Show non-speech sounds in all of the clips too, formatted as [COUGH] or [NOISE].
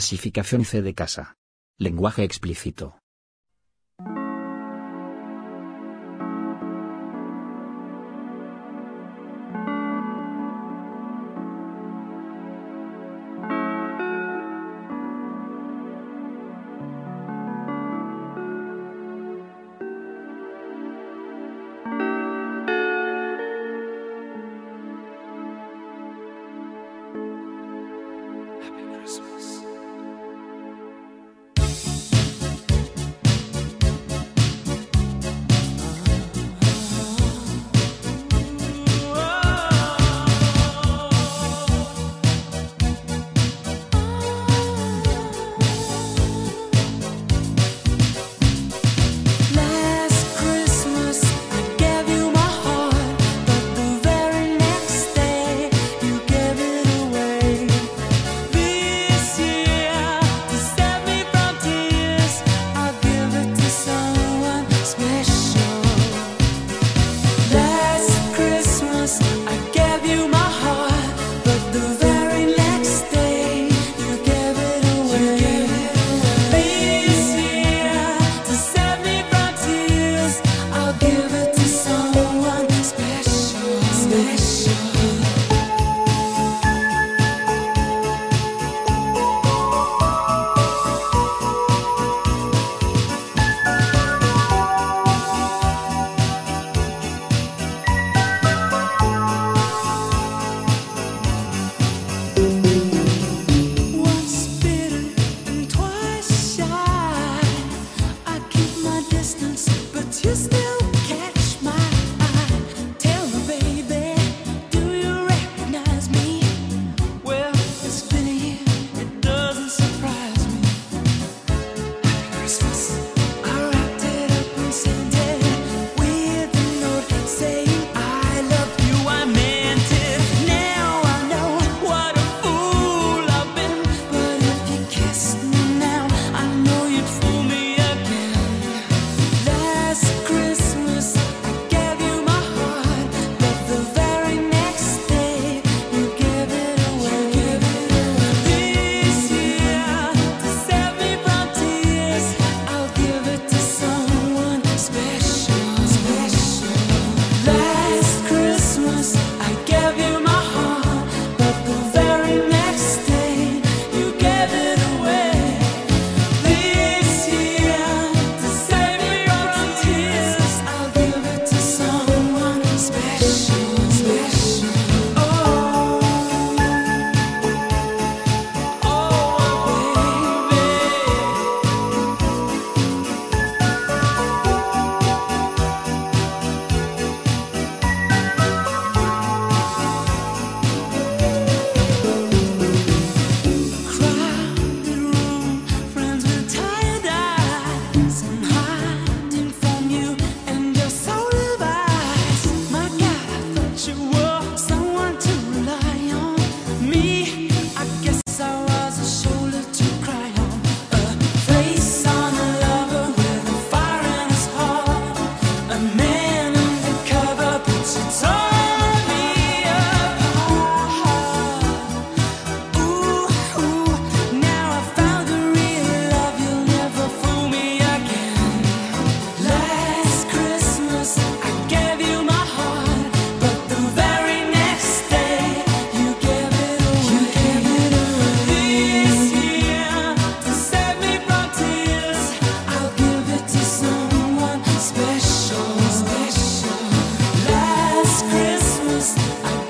Clasificación C de casa. Lenguaje explícito.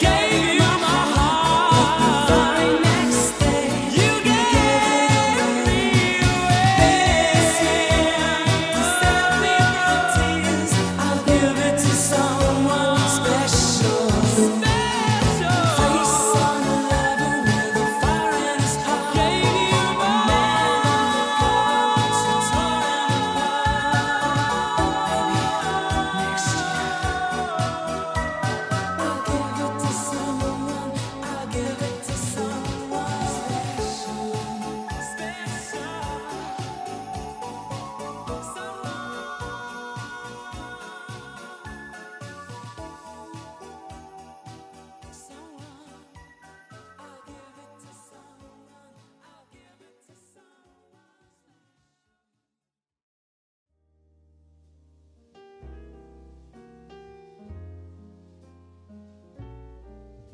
Oh, oh,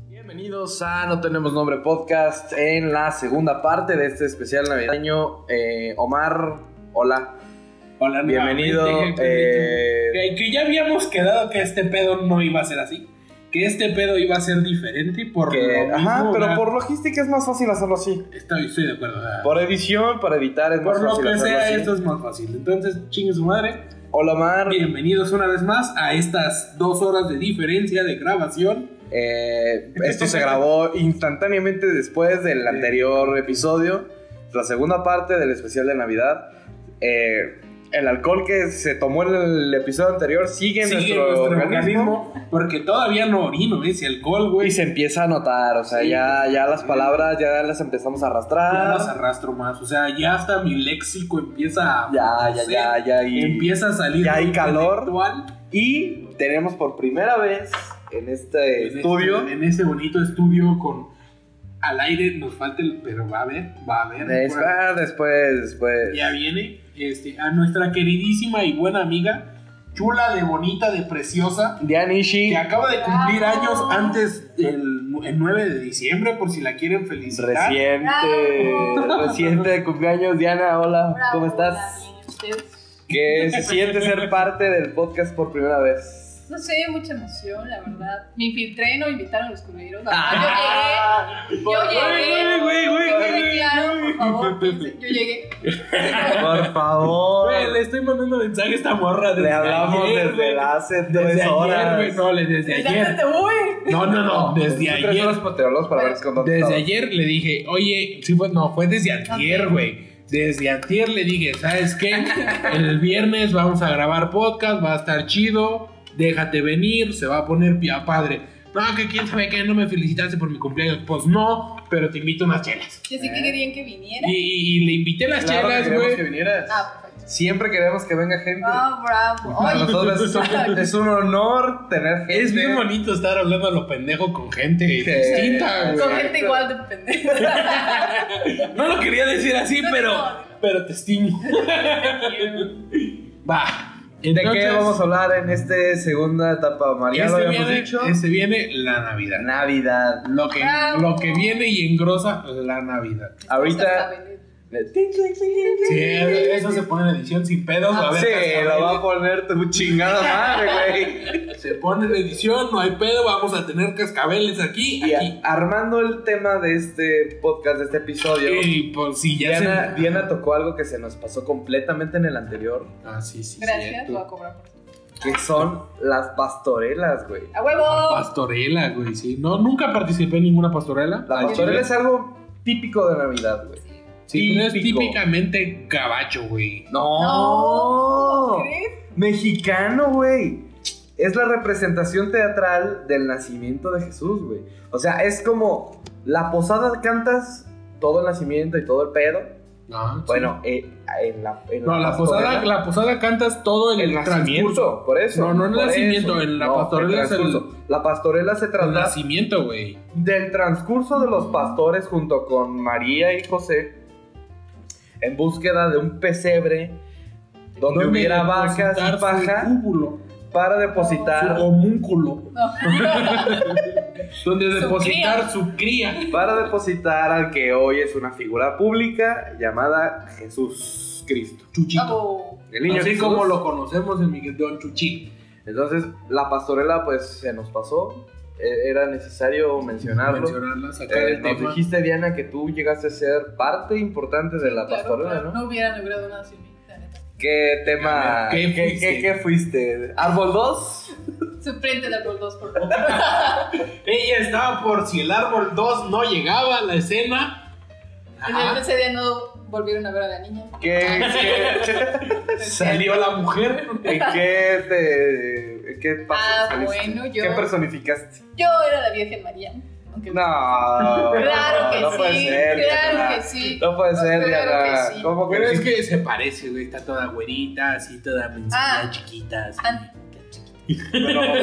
Bienvenidos a No Tenemos Nombre Podcast en la segunda parte de este especial navideño. Eh, Omar, hola. Hola, Bienvenido, nuevamente, eh, Que- Que ya habíamos quedado que este pedo no iba a ser así. Que este pedo iba a ser diferente por Que- lo mismo, ajá, pero ¿verdad? por logística es más fácil hacerlo así. Estoy, estoy de acuerdo. ¿verdad? Por edición, para editar es más Por lo fácil que hacerlo sea, así. esto es más fácil. Entonces, chingue su madre. Hola Omar, Bienvenidos una vez más a estas dos horas de diferencia de grabación. [LAUGHS] Eh, esto se grabó instantáneamente después del anterior episodio, la segunda parte del especial de Navidad. Eh, el alcohol que se tomó en el episodio anterior sigue en Sigue nuestro, organismo, Porque todavía no orino ese alcohol, güey. y se empieza a notar. O sea, Sí. ya, ya las palabras ya las empezamos a Ya las arrastrar. arrastro más. O sea, ya hasta mi léxico empieza a. Ya, ya, florecer, ya, ya. Y, Empieza a salir. ya hay lo calor. intelectual. y tenemos por primera vez en este en estudio. este- en ese bonito estudio con al aire nos falta el pero va a haber va a haber Después, por- después, después. ya viene este a nuestra queridísima y buena amiga chula de bonita de preciosa Diane Ishii. que acaba de cumplir Bravo. años antes del nu- el 9 de diciembre por si la quieren felicitar Reciente, Bravo. reciente de cumpleaños, Diana, hola, Bravo, ¿cómo estás? Gabriel, ustedes. ¿Qué se siente ser parte del podcast por primera vez? No sé, mucha emoción, la verdad. Me infiltré, no invitaron a los culeros. La verdad, Ah, Yo llegué. Yo güey, llegué. güey, Yo güey, llegué, güey. claro, por favor. piensen, Yo llegué. Por favor, Güey, le estoy mandando mensaje a esta morra desde le hablamos ayer, desde güey. hace tres Desde ayer, horas. güey, no, le- desde ayer. Te voy. No, no, no, desde Tres ayer. horas pateolos para ver con Desde ayer le dije, oye, sí fue, no, fue desde antier, güey. Desde antier le dije, ¿sabes qué? El viernes vamos a grabar podcast, va a estar chido, déjate venir, se va a poner pia padre. No, que quién sabe qué, no me felicitaste por mi cumpleaños. Pues no, pero te invito unas chelas. Que sí que querían que viniera. Y, y- y le invité las Claro, chelas, queremos güey. que vinieras. Ah, perfecto. Siempre queremos que venga gente. Ah, bravo. Para Oye, nosotros es [LAUGHS] un, es un honor tener gente. Es bien bonito estar hablando a lo pendejo con gente distinta, con güey. gente igual de pendeja. No lo quería decir así, No, pero, no, no. pero te estimo. Va. ¿De qué vamos a hablar en esta segunda etapa, María? lo Este habíamos viene, dicho. este viene la Navidad. Navidad. Lo que, Bravo. lo que viene y engrosa la Navidad. Ahorita. Sí, eso se pone en edición sin pedos. a ver, sí, Cascabel. lo va a poner tu chingada madre, [LAUGHS] güey. Se pone en edición, no hay pedo. Vamos a tener cascabeles aquí. Y aquí. a- armando el tema de este podcast, de este episodio, Y pues sí, ya Diana, se. Diana tocó algo que se nos pasó completamente en el anterior, Ah, sí, sí. Gracias, cierto. voy a cobrar por ti. que son las pastorelas, güey. ¡A Ah, huevo! Pastorela, güey, sí. No, nunca participé en ninguna pastorela. La Al pastorela chile. es algo típico de Navidad, güey. Sí. Sí, pero es típico. típicamente gabacho, güey. No, ¿crees? Mexicano, güey. Es la representación teatral del nacimiento de Jesús, güey. O sea, es como la posada cantas todo el nacimiento y todo el pedo. No, Ah, sí. Bueno, eh, en la, en No, la posada, pastorela, la posada cantas todo el, el transcurso. nacimiento, por eso. No, no el por nacimiento, eso. en la No, pastorela es el- transcurso. La pastorela se El trata nacimiento, güey. del transcurso de los pastores junto con María y José en búsqueda de un pesebre donde ¿Dónde hubiera vacas depositar y su paja cúpulo, para su depositar [LAUGHS] homúnculo. No. Donde Su depositar su cría. para depositar al que hoy es una figura pública llamada Jesús Cristo. Ah, Chuchito. Bravo. El niño Así Jesús. como lo conocemos en Miguel Don Chuchito. Entonces, la pastorela pues se nos pasó. E- Era necesario mencionarlo. Mencionarla, sacar Eh, el nos tema. dijiste, Diana, que tú llegaste a ser parte importante de la Claro, pastorela, claro, ¿no? No hubiera logrado nada sin mí, la neta. ¿Qué tema? ¿Qué ¿Qué, fuiste? qué- qué fuiste? ¿Árbol 2? Sorprende de por dos, por favor. Ella estaba por si el árbol 2 no llegaba a la escena. En el ese día no volvieron a ver a la niña. [LAUGHS] ¿Qué, Ah, qué, Salió la mujer. en qué te- en qué paso Ah, saliste? bueno, yo- ¿Qué personificaste? Yo era la Virgen María. Aunque No. Claro que no sí. Puede ser, claro Diana. que sí. No puede ser, Claro Diana. que sí. ¿Cómo Pero es crees? que se parece, güey. Está toda güerita, así, toda mencita, Ah. chiquita. así. Ah, qué chiquito. Pero-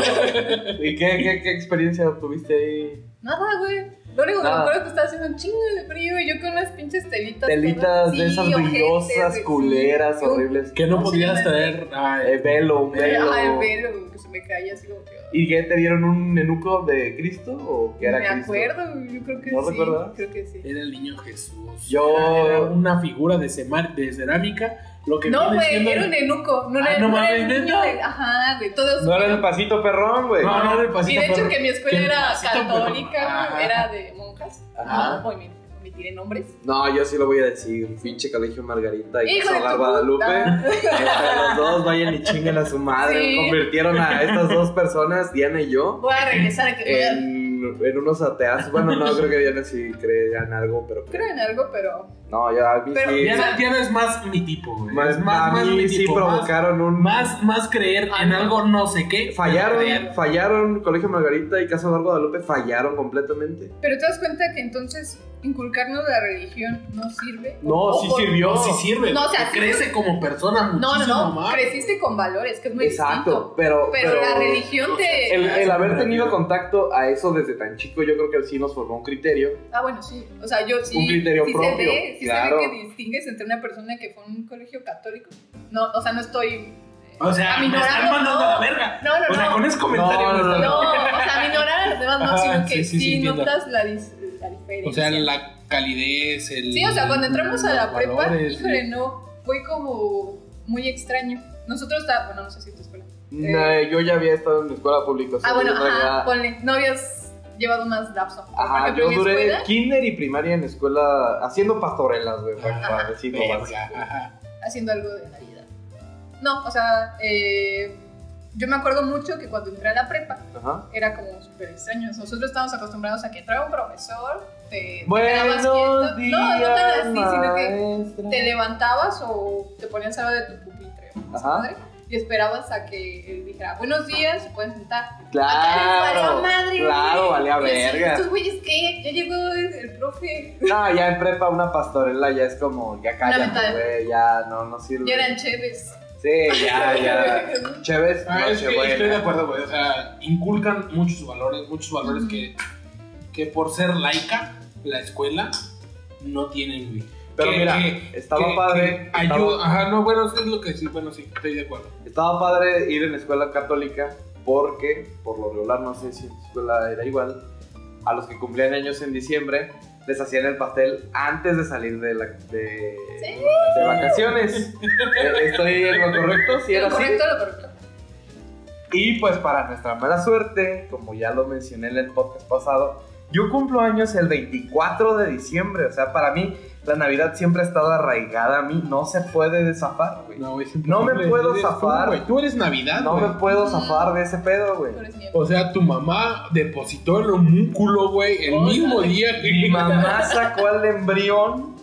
¿Y qué, qué, qué experiencia tuviste ahí? Nada, güey. Lo único que Nada. me acuerdo es que estaba haciendo un chingo de frío y yo con unas pinches telitas. Telitas todas- de Sí, esas ojetes, brillosas, güey, sí. culeras, Yo- horribles. Que no ¿Cómo se podías llama? traer. ay, Eh, velo, velo. Ay, el pelo, que se me caía así como que. ay. ¿Y qué te dieron un enuco de Cristo o qué era me Cristo? acuerdo, güey, yo creo que ¿No sí. recuerdas? Creo que sí. Era el niño Jesús. Yo- Era, era una figura de, cemar- de cerámica. Lo que No, viene güey, siendo- era un enuco. No Ah, era, no no era mames, el niño ¿neta? de- Ajá, güey, todos. No era el pasito perrón, güey. No, no era el e- y pasito. de hecho perro. que mi escuela Que el era pasito, pero- católica, Ajá. güey, era de monjas. Ajá. No, voy, me omitiré nombres. No, yo sí lo voy a decir. Pinche colegio Margarita y Hijo de Hogar tu Guadalupe. [LAUGHS] puta. Este, Los dos vayan y chinguen a su madre. Sí. Convirtieron a estas dos personas, Diana y yo, Voy a regresar a que Eh, pueda- en, en unos ateas. Bueno, no, creo que Diana sí creía en algo, pero. pues, Creo en algo, pero. No, yo a mí Pero- sí. Diana, Diana es más mi tipo, güey. Más, es más, a más mí mi sí tipo. más- provocaron un. Más, más creer Ah, en no. algo no sé qué. Fallaron, Real. fallaron Colegio Margarita y Casa Hogar Guadalupe, fallaron completamente. Pero te das cuenta que entonces inculcarnos la religión no sirve. No, O- sí o- sirvió. No, sí sirve. No, o sea, porque sí- crece como persona muchísimo No, no, no. más. Creciste con valores, que es muy Exacto, distinto. pero, Pero, la religión te. El, el haber tenido contacto a eso desde tan chico, yo creo que sí nos formó un criterio. Ah, bueno, sí. O sea, yo sí. Un criterio sí propio, Se ve, sí claro. se ve que distingues entre una persona que fue a un colegio católico. No, o sea, no estoy. O sea, me están Aminorando, mandando no. a la verga. No, no, O sea, no. con ese comentario. No, me no, están- No, o sea, minorar a los demás, no, Ajá, sino que Ah, sí, sí, sí, sí, entiendo. notas la, dis- la diferencia. O sea, la calidez, el. Sí, o sea, cuando entramos a la los prepa, valores, híjole, no, fue como muy extraño. Nosotros está, bueno, no sé si en tu escuela. Nah, yo ya había estado en la escuela pública. o sea, Ah, bueno, yo no ajá, había- ponle, no habías llevado más lapso. Por Ajá, yo ejemplo, en mi duré escuela, kinder y primaria en escuela haciendo pastorelas, güey, para- Ajá, para decir nomás. verga, ajá. haciendo algo de Navidad. No, o sea, eh, yo me acuerdo mucho que cuando entré a la prepa Ajá. era como súper extraño. Nosotros estábamos acostumbrados a que entraba un profesor, te, te Buenos quedabas quieto. días, No, no tan así, sino que maestra. te levantabas o te ponías al lado de tu pupitre o esa Ajá. madre, y esperabas a que él dijera buenos días, se pueden sentar. Acá les Claro, valía madre, claro, güey. valía Y así, verga. Estos güeyes que ya llegó el profe. No, ya en prepa una pastorela ya es como, ya cállate, mentada. güey, ya no, no sirve. Ya eran chéves. Sí, ya, ya. [LAUGHS] Chéves, Ah, es que nochebuena. estoy de acuerdo, güey. O sea, inculcan muchos valores, muchos valores Ujú. que, que por ser laica, la escuela no tienen, güey. Pero Que- mira, que- estaba que- padre. que estaba- ayuda- Ajá, no, bueno, eso es lo que sí, bueno, sí, estoy de acuerdo. Estaba padre ir en la escuela católica porque, por lo regular, no sé si en tu escuela era igual, a los que cumplían años en diciembre les hacían el pastel antes de salir de, la- de, Sí. de [LAUGHS] vacaciones. Eh, ¿Estoy en lo correcto? ¿Sí era Lo así? correcto, lo correcto. Y pues para nuestra mala suerte, como ya lo mencioné en el podcast pasado, yo cumplo años el 24 de diciembre, o sea, para mí la Navidad siempre ha estado arraigada a mí, no se puede desafar, güey. No, No, güey, siempre No me eres- puedo eres tú, zafar. güey. Tú, eres Navidad, güey. me puedo zafar de ese pedo, güey. Tú eres mi amigo. O sea, tu mamá depositó el homúnculo, güey, el Oh, mismo dale. día que... [LAUGHS] Mi mamá sacó al embrión,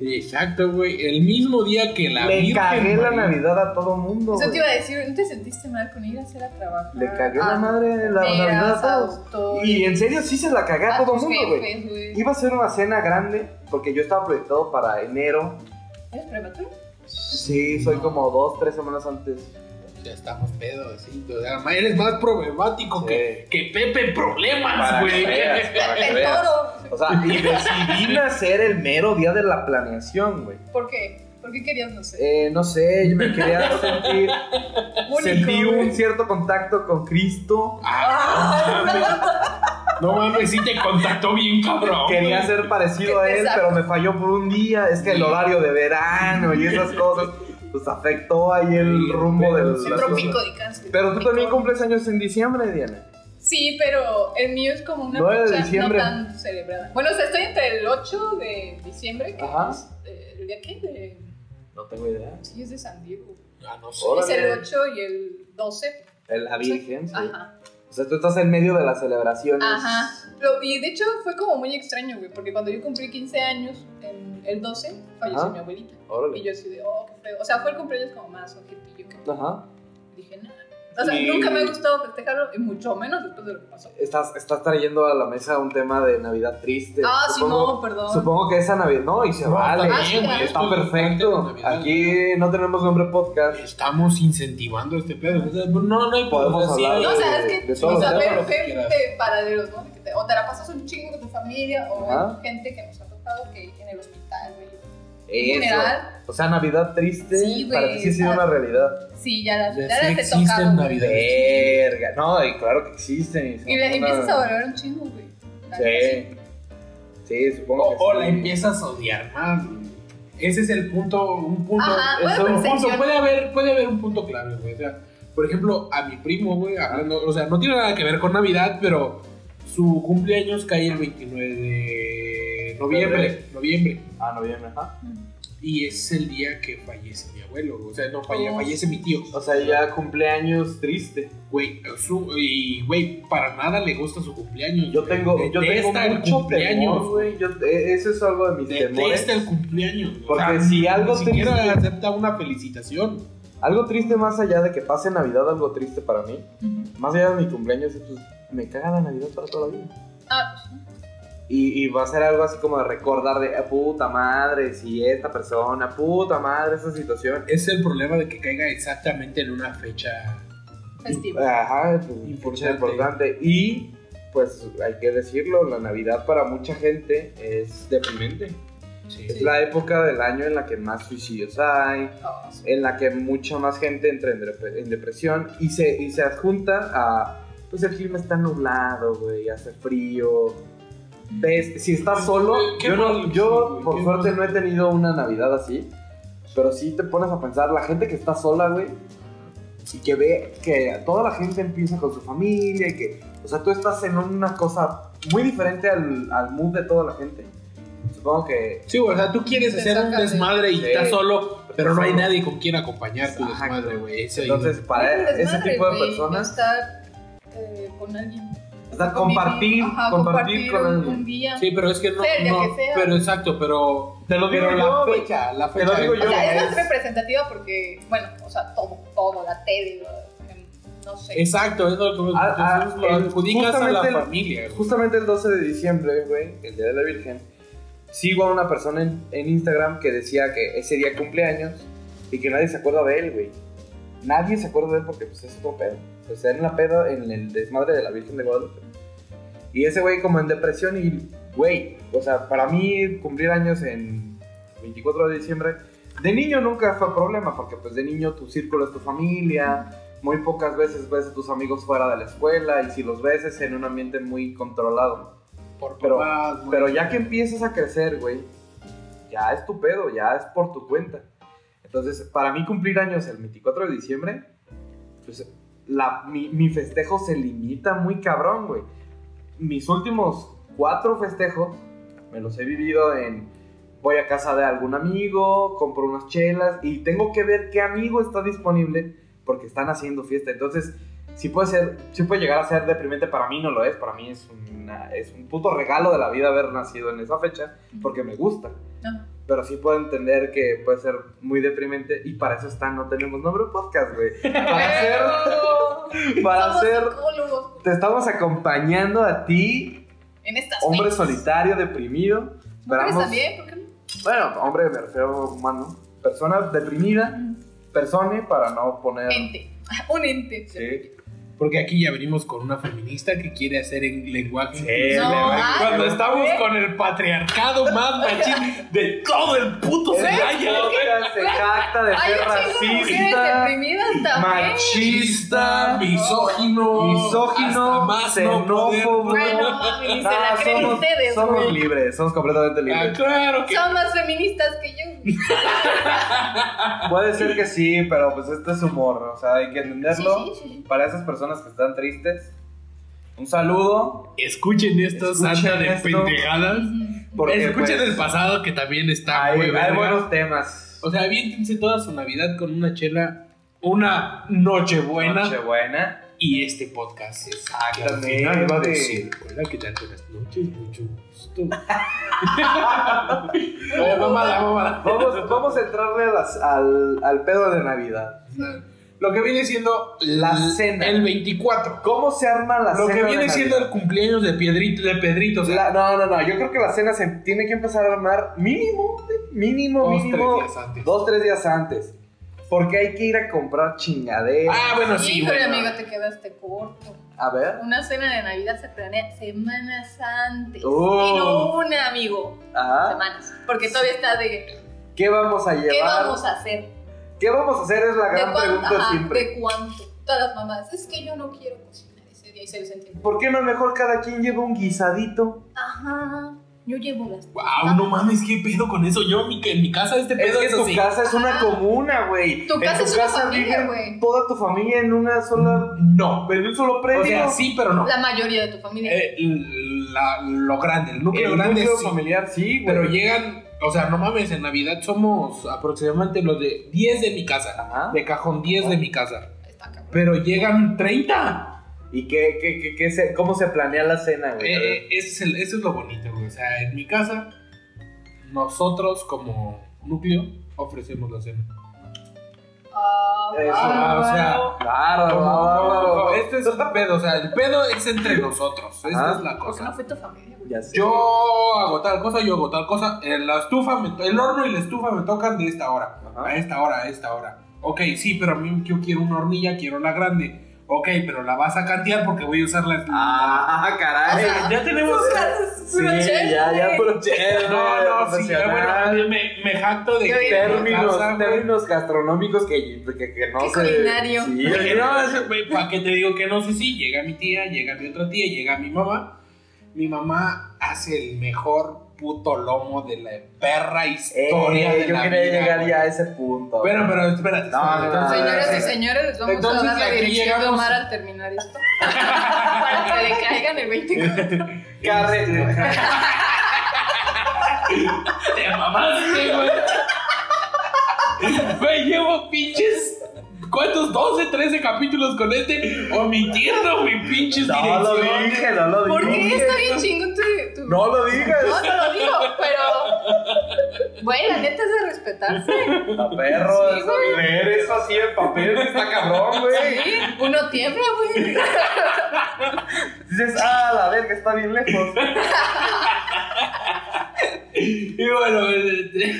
Exacto, güey, el mismo día que la le Virgen cagué la María. Navidad a todo mundo, Eso te güey. iba a decir, ¿no te sentiste mal con ir a hacer a trabajar? Ah, Le cagué a la madre la Navidad a todos. todos. Y en serio sí se la cagué a, a todo tus mundo, güey. jefes, güey. Iba a ser una cena grande porque yo estaba proyectado para enero. ¿Eres prematuro? Sí, soy No. como dos, tres semanas antes. Ya estamos pedos, sí. O sea, ma- eres más problemático Sí. que, que Pepe en Problemas, Para que güey. veas, para que El veas. toro. O sea, [LAUGHS] y decidí nacer el mero día de la planeación, güey. ¿Por qué? ¿Por qué querías, no sé? Eh, no sé, yo me [LAUGHS] quería sentir. Único, sentí un güey. cierto contacto con Cristo. Ah, no mames, no mames, sí te contactó bien, cabrón. Quería güey. ser parecido a él, Exacto. pero me falló por un día. Es que el horario de verano y esas cosas, pues afectó ahí el rumbo del. Sí, Un trópico de cáncer. Pero tú también Trópico. cumples años en diciembre, Diana. Sí, pero el mío es como una 9 de fecha diciembre. no tan celebrada. Bueno, o sea, estoy entre el 8 de diciembre, que Ajá. es eh, el día que de, No tengo idea. sí, es de San Diego. Ah, no sé. Órale. Es el 8 y el 12. La Virgen, sí. Pues Ajá. O sea, tú estás en medio de las celebraciones. Ajá. Lo- y de hecho fue como muy extraño, güey, porque cuando yo cumplí 15 años, en el 12, falleció Ajá. mi abuelita. Y Órale. yo así de, oh, qué feo. O sea, fue el cumpleaños como más objetillo que Ajá. dije nada. O sea, Y- nunca me ha gustado festejarlo, y mucho menos después de lo que pasó. Estás, estás trayendo a la mesa un tema de Navidad triste. Ah, sí, no, perdón. Supongo que esa Navidad. No, y se No, vale. está Ah, sí, bien, güey, Está esto es perfecto. parte de Navidad. Aquí no tenemos nombre podcast. Estamos incentivando este pedo. O sea, No, no hay Podemos sí hablar hay- No, o sea, es de que, todo, o de sea, todo ver, lo que ver quieras. de paralelos, ¿no? De que te o te la pasas un chingo con tu familia, o Ajá. hay gente que nos ha tocado que en el hospital, güey. Eso. Funeral. O sea, Navidad triste Sí, güey, para ti sí ha sido ah. una realidad. Sí, ya las, Sí ya las he existen tocado. güey. Navidad. Verga. No, y claro que existen. Y, son Y le una- empiezas a valorar un chingo, güey. La neta, Sí. Sí, supongo O, que o sí. la empiezas a odiar más, güey. Ese es el punto, un punto. Ajá, es bueno, un pero punto. señor- Puede haber, puede haber un punto clave, güey. O sea, por ejemplo, a mi primo, güey, hablando, o sea, no tiene nada que ver con Navidad, pero su cumpleaños cae el 29 de noviembre, noviembre. Ah, noviembre, ajá. sí. Y es el día que fallece mi abuelo, güey. o sea, no falle- Oh. fallece mi tío. O sea, ya cumpleaños triste. Güey, su- y güey, para nada le gusta su cumpleaños. Yo güey. tengo, yo tengo Detesta el mucho temor, cumpleaños. güey. Yo- e- Eso es algo de mis temores. Detesta el cumpleaños. güey. Porque si ni- algo ni te- siquiera acepta una felicitación. Algo triste más allá de que pase Navidad, algo triste para mí. Ujú. Más allá de mi cumpleaños, pues, me caga la Navidad para toda la vida. Ah, pues, sí. Y, y va a ser algo así como de recordar de, "Ah, puta madre, si esta persona, puta madre, esa situación. Es el problema de que caiga exactamente en una fecha. festivo. Ajá, pues, Importante. importante. importante. Y, pues, hay que decirlo, la Navidad para mucha gente es deprimente. Sí. Es la época del año en la que más suicidios hay, Ah, sí. en la que mucha más gente entra en, depre- en depresión y se, y se adjunta a, pues el clima está nublado, güey, hace frío. Ves, si estás solo, Qué yo, no- mal, sí, yo güey, por qué suerte mal. no he tenido una Navidad así, pero sí te pones a pensar, la gente que está sola, güey, y que ve que toda la gente empieza con su familia y que, o sea, tú estás en una cosa muy diferente al, al mood de toda la gente. Supongo que Sí, güey, o sea, tú quieres Te hacer un sacas de- desmadre y Sí. estás solo, pero no hay Solo. nadie con quien acompañar tu Exacto. desmadre, güey. Eso ahí- Entonces, para Ay, qué ese desmadre, tipo de güey, personas, Estar eh, con alguien. o sea, compartir, Convivir, ajá, compartir con un- alguien. Un día. Sí, pero es que no. Sea el día no, que sea. Pero exacto, pero. Te lo digo pero yo, la güey. fecha, la Te fecha. lo digo O yo, sea, es es- más representativa porque, bueno, o sea, todo, todo, la tele, lo- em, no sé. Exacto, es lo que Ah, ah, entonces lo el- adjudicas a la justamente el- familia. güey. Justamente el 12 de diciembre, güey, el Día de la Virgen, sigo a una persona en, en Instagram que decía que ese día cumpleaños y que nadie se acuerda de él, güey. Nadie se acuerda de él porque, pues, es otro pedo. O sea, en la peda, en el desmadre de la Virgen de Guadalupe. Y ese güey como en depresión y, güey, o sea, para mí cumplir años en 24 de diciembre, de niño nunca fue problema, porque pues de niño tu círculo es tu familia, muy pocas veces ves a tus amigos fuera de la escuela y si los ves es en un ambiente muy controlado. Por pero- papás, güey. Pero ya que empiezas a crecer, güey, ya es tu pedo, ya es por tu cuenta. Entonces, para mí cumplir años el 24 de diciembre, pues la- mi, mi festejo se limita muy cabrón, güey. Mis últimos cuatro festejos me los he vivido en voy a casa de algún amigo, compro unas chelas y tengo que ver qué amigo está disponible porque están haciendo fiesta. Entonces, si puede ser, sí puede llegar a ser deprimente para mí, no lo es, para mí es una- es un puto regalo de la vida haber nacido en esa fecha porque me gusta. Ajá. Pero sí puedo entender que puede ser muy deprimente y para eso está no tenemos nombre podcast, [LAUGHS] güey. Para ser para Eh, Somos ser psicólogos te estamos acompañando a ti, en estas hombre fechas. solitario, deprimido. Mujeres Esperamos- también, ¿por qué no? Bueno, hombre, me refiero humano. Persona deprimida, persone para no poner. Ente. [LAUGHS] Un ente. Sí. Porque aquí ya venimos con una feminista que quiere hacer en lenguaje. Sí, inclusivo. le- No, ay, Cuando ¿eh? estamos con el patriarcado más machín de todo el puto Este Celaya, güey. podcast se jacta de Hay ser un chingo de mujeres racista, deprimidas también. machista, misógino, hasta misógino, más no poder. xenófobo. Bueno, mami, se la Ah, creen somos, ustedes, somos güey. libres, somos completamente Ah, libres. claro que Son más feministas que [LAUGHS] yo. Puede ser que sí, pero pues este es humor, o sea, hay que entenderlo. Sí, sí, sí, sí. Para esas personas que están tristes, un saludo. escuchen esto, Escuchen santa de esto. pendejadas. Porque escuchen pues, el pasado que también está hay, muy hay verga. buenos temas. O sea, aviéntense toda su Navidad con una chela, una Nochebuena Nochebuena. y este podcast. Que al Exactamente. final va a decir, hola, ¿qué tal? Buenas noches, mucho [LAUGHS] gusto. Eh, mamada, mamada. Vamos, vamos a entrarle a las- al, al pedo de Navidad. Lo que viene siendo La l- cena. El 24. ¿Cómo se arma la Lo cena? que de viene Navidad? siendo el cumpleaños de Pedrito. De Pedrito o La- sea, no, no, no. Yo creo que la cena se tiene que empezar a armar mínimo, mínimo, dos, tres mínimo. días antes. Dos, tres días antes. Porque hay que ir a comprar chingaderas. Ah, bueno, sí, Híjole, bueno. amigo, te quedaste corto. A ver. Una cena de Navidad se planea semanas antes. Oh. Y no una, amigo. Ajá. Semanas. Porque todavía está de ¿Qué vamos a llevar? ¿qué vamos a hacer? ¿Qué vamos a hacer? Es la ¿De gran cuánto? pregunta Ajá, siempre. ¿De cuánto? Todas las mamás. Es que yo no quiero cocinar ese día y se les entiende. ¿Por qué no mejor cada quien lleva un guisadito? Ajá. Yo llevo las. Wow, no mames, qué pedo con eso. Yo mi, que en mi casa este Es pedo que es, tu así. casa es una Ajá. comuna, güey. Ah. Tu En casa es una vive familia, güey. Toda tu familia en una sola. No. En un solo predio. O sea, sí, pero no. La mayoría de tu familia. Eh, la- lo grande, el núcleo el grande núcleo sí. familiar, sí, güey. Pero llegan, o sea, no mames, en Navidad somos aproximadamente los de 10 de mi casa. Ajá. De cajón 10 de mi casa. Está cabrón. Pero llegan 30. ¿Y qué, qué, qué, qué se- cómo se planea la cena, güey? A ver. Eh, ese es el- eso es lo bonito, güey. O sea, en mi casa, nosotros como núcleo ofrecemos la cena. Ah, Eso, ah, o sea, Bárbaro, bárbaro. Este es el pedo, o sea, el pedo es entre nosotros. Esta Ajá. es la porque no cosa. fue tu familia, güey. Ya sé. Yo hago tal cosa, yo hago tal cosa. En la estufa, me to- el horno y la estufa me tocan de esta hora. Ajá. A esta hora, a esta hora. Ok, sí, pero a mí yo quiero una hornilla, quiero la grande. Ok, pero la vas a cantear porque voy a usar la. Ah, caray. O sea, ya tenemos- tus casas, Sí, puro chef, ya, ya, güey. broche. [LAUGHS] Eh, no, no, sí, ya, bueno, me, me jacto de Qué que. Términos, Casa, güey. términos gastronómicos que, que, que no Qué se... culinario. Sí, [LAUGHS] Porque no, no, es- ¿Para qué te digo que no? Sí, sí, llega mi tía, llega mi otra tía, llega mi mamá. Mi mamá hace el mejor puto lomo de la perra historia Eh, de yo la quería vida, llegar güey. ya a ese punto. Bueno, pero espérate. No, no, espérate. Entonces, no, no, no, ver, Señoras y a ver. señores, les vamos Entonces, a dar la aquí dirección de llegamos- Omar al terminar esto. Para que le caigan [LAUGHS] el 24. Carre- Te mamaste, güey. [LAUGHS] Güey, llevo pinches. ¿Cuántos? 12, 13 capítulos con este omitiendo mi [LAUGHS] pinches No lo direcciones. dije, no lo dije. ¿Por qué está bien chingón tu, tu- No lo digas. No, te lo digo, pero. Güey, la neta es de respetarse. A perro, Sí, eso, güey. leer eso así en papel está cabrón, güey. Sí, ¿eh? uno tiembla, güey. Dices, ah, la verga, está bien lejos. Y bueno, este,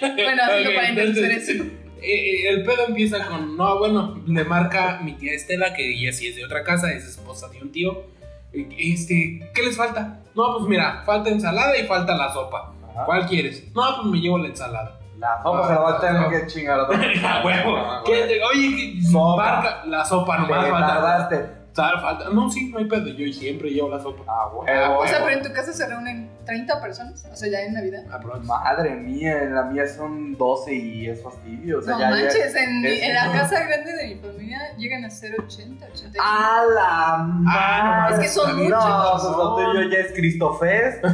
Bueno, así Ok, lo para introducir entonces, eso. eh, eh, el pedo empieza con, no, bueno, le marca mi tía Estela, que ella sí es de otra casa, es esposa de un tío. Eh, Este, ¿qué les falta? No, pues mira, falta ensalada y falta la sopa. ¿Cuál quieres? No, pues me llevo [LAUGHS] la ensalada. La sopa se la va a tener que chingar [LAUGHS] otra vez. Ah, huevo. Ah, ¿Qué güey. te- oye, que Sopa. marca la sopa Te nomás falta. tardaste. Tal, falta. No, sí, no hay pedo. Yo siempre llevo la sopa. Ah, Ah, huevo. O sea, pero en tu casa se reúnen 30 personas, o sea, ya en Navidad. Ah, Aprox. Madre mía, en la mía son 12 y es fastidio. O sea, No ya, ya- manches, en, es- en la casa grande de mi familia llegan a ser 80, 80. A la Ah, madre. no, es que son No, muchos. pues lo tuyo ya es [LAUGHS] Cristofest.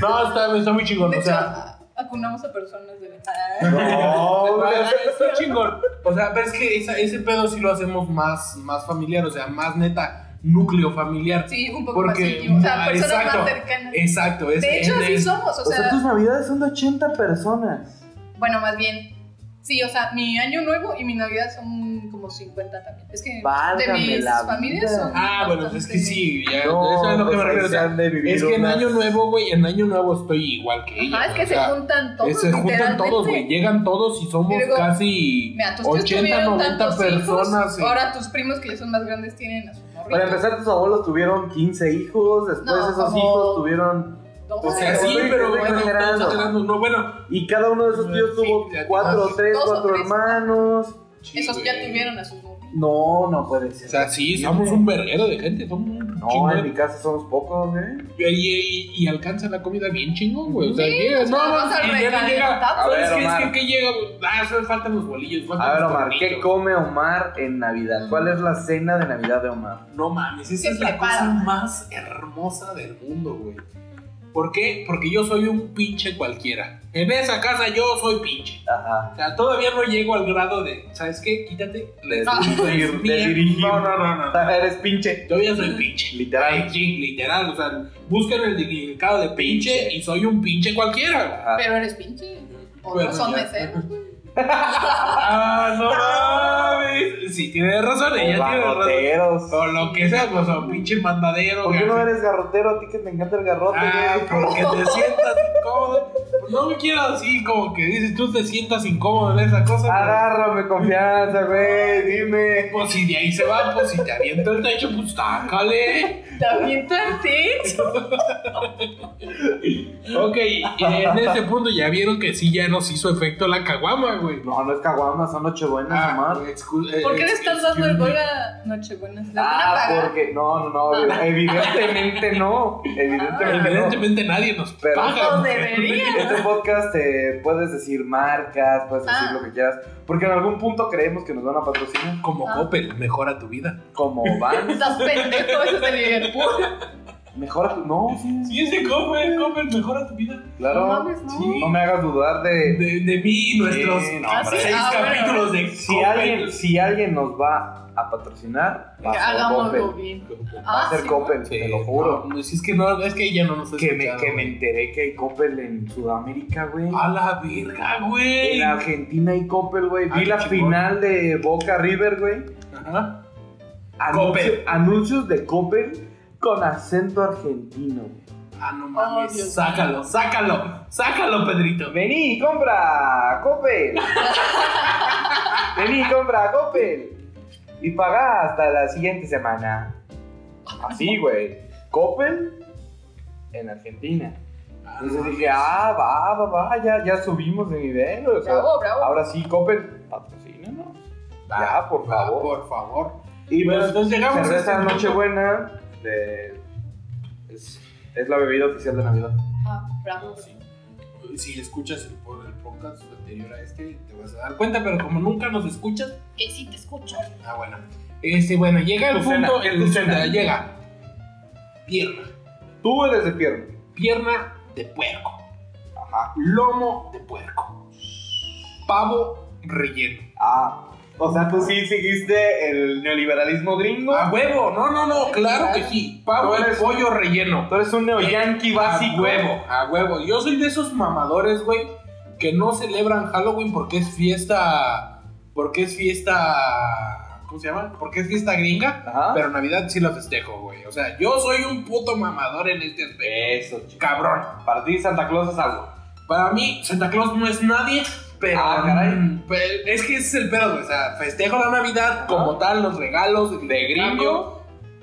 No, está, está muy chingón. de O hecho, sea, a- acunamos a personas de No, [LAUGHS] güey. Ah, Está chingón. O sea, pero es que esa- ese pedo sí lo hacemos más, más familiar, o sea, más neta, núcleo familiar. Sí, un poco Porque- más íntimo. O sea, ah, personas exacto. más cercanas. Exacto, es De hecho, en así el- somos, o O sea, sea, tus navidades son de 80 personas. bueno, más bien. Sí, o sea, mi año nuevo y mi Navidad son como 50 también. Es que de Válgame mis la familias vida. son. Ah, bueno, es que bastante- sí, ya, No, eso es lo que me pues, refiero. o se sea, han de vivir es que en unas- Año Nuevo, güey, en Año Nuevo estoy igual que ella. eh, Ajá, es que se juntan todos. se juntan literalmente. todos, güey. Llegan todos y somos Y luego, casi Mira, tus tíos 80, tuvieron 90 tantos personas. hijos. eh. Ahora tus primos que ya son más grandes tienen a su morrito. Para empezar, tus abuelos tuvieron 15 hijos, después No, esos como- hijos tuvieron... O sea, Ay, sí, estoy- pero estoy bueno, estamos exagerando. exagerando. No, bueno. Y cada uno de esos tíos Sí, tuvo ya te 4, vas. 3, Dos o 4 tres. hermanos. sí, Esos ya güey. tuvieron a sus morritos. No, no puede O ser. sea, sí, somos un verguero de gente, somos un No, chingo en de- mi casa somos pocos, ¿eh? Y, y- y alcanza la comida bien chingón, güey. O sea, Sí, llega- o sea, no, vas no, a y ya no llega. recalentar. A ¿Sabes ver, qué? Omar. Es que, que llega, güey, ah, solo faltan los bolillos. faltan A ver, los Omar, ¿qué tornitos. come Omar en Navidad? Mm. ¿Cuál es la cena de Navidad de Omar? No mames, esa ¿Qué es la prepara? cosa más hermosa del mundo, güey. ¿Por qué? Porque yo soy un pinche cualquiera. En esa casa yo soy pinche. Ajá. O sea, todavía no llego al grado de, ¿sabes qué? Quítate. De Ah. dirigir, de Mía. dirigir. No, no, no, no. Ah, Eres pinche. Todavía soy pinche. Ay, Literal. sí, literal. O sea, busquen el significado de pinche y soy un pinche cualquiera, güey. Ajá. Pero eres pinche. Otros Bueno, son ya. meseros. ¡Ah, no mames! sí, tienes razón, ella tiene razón. garroteros. O lo que sea, pues, o pinche mandadero. ¿Por qué güey. no eres garrotero? A ti que te encanta el garrote, Ah, güey. porque te sientas incómodo. No me quieras así, como que dices, tú te sientas incómodo en esa cosa. pues. Agárrame confianza, güey. Dime. pero, Pues si de ahí se va, pues si te avienta el techo, pues tácale. ¿Te aviento el techo? Ok, en ese punto ya vieron que sí ya nos hizo efecto la caguama, güey. No, no es caguama, son nochebuenas, Ah, Omar. excu- eh, ¿Por qué le estás dando el excuse gol me. a Nochebuena? ¿Se ¿La van a Ah, pagar? porque. No, no, no. Evidentemente no. Evidentemente no. Evidentemente nadie nos Pero- paga. No güey. debería. Este podcast eh, puedes decir marcas, puedes decir Ah. lo que quieras, porque en algún punto creemos que nos van a patrocinar Como Ah. Coppel, mejora tu vida. [LAUGHS] como van. Estás pendejo, eso es de Liverpool. Mejor tu- no, sí, Sí, ese Coppel, Coppel, mejora tu vida. claro. No mames, no. Sí. No me hagas dudar de De, de mí, nuestros Sí, no, Ah, hombre. sí. seis Ah, bueno. capítulos de Si Coppel. alguien, si alguien nos va a patrocinar, va a ser Hagámoslo Coppel. bien. Va a Ah, ser sí, Coppel, Sí, te lo juro. no, si es que no, es que ya no nos Que me, escuchado, que me güey. enteré que hay Coppel en Sudamérica, güey. A la verga, güey. En Argentina hay Coppel, güey. Ah, Vi qué la chingón. final de Boca River, güey. Ajá. Anuncio- Coppel. anuncios de Coppel con acento argentino. Ah, no mames. Oh, Dios sácalo, sácalo, sácalo, Pedrito. Vení y compra [LAUGHS] Coppel. Vení y compra Coppel. Y pagá hasta la siguiente semana. Así, güey. Coppel en Argentina. Ah, no Entonces mames. dije, ah, va, va, va, ya, ya subimos de nivel. o sea, Bravo, bravo. ahora sí, Coppel, patrocínanos. Va, ya, por va, favor. Ah, Por favor. Y Bueno, pues, entonces llegamos a cerveza este punto. Nochebuena de- es, es la bebida oficial de Navidad. Ah, bravo. Sí. Si escuchas el, por- el podcast anterior a este, te vas a dar cuenta, pero como nunca nos escuchas, Que sí te escucho. ah, bueno. Este, bueno, llega el Tu cena, punto, ¿qué es el tu cena? llega pierna, Tú eres de pierna. pierna de puerco, Ajá. lomo de puerco, pavo relleno. Ah. O sea, tú sí seguiste el neoliberalismo gringo. A Ah, huevo, no, no, no, claro que sí. Pavo Tú y eres- pollo relleno. Tú eres un neoyanqui A básico. huevo, a huevo. Yo soy de esos mamadores, güey, que no celebran Halloween porque es fiesta. Porque es fiesta. ¿Cómo se llama? Porque es fiesta gringa. Ajá. Pero Navidad sí la festejo, güey. O sea, yo soy un puto mamador en este aspecto. Eso, chico. Cabrón. Para ti Santa Claus es algo. Para mí, Santa Claus no es nadie, pero. Ah, caray. mm, pe- Es que ese es el pedo, güey. O sea, festejo la Navidad como Ajá. tal, los regalos Ah. el De gringo. intercambio,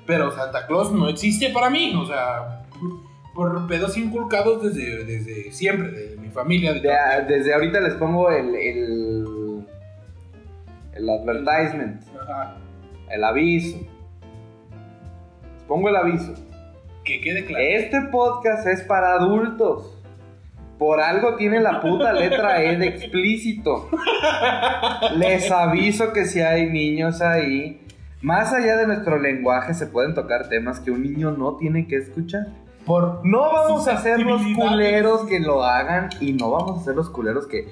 Pero Santa Claus no existe para mí, o sea, por por pedos inculcados desde, desde siempre, de mi familia. De De- a- desde ahorita les pongo el, el. el advertisement. Ajá. El aviso. Les pongo el aviso. Que quede claro. Este podcast es para adultos. Por algo tiene la puta letra E de explícito. Les aviso que si hay niños ahí, más allá de nuestro lenguaje se pueden tocar temas que un niño no tiene que escuchar. Por [LAUGHS] No vamos a ser los Susceptibilidades. culeros que lo hagan y no vamos a ser los culeros que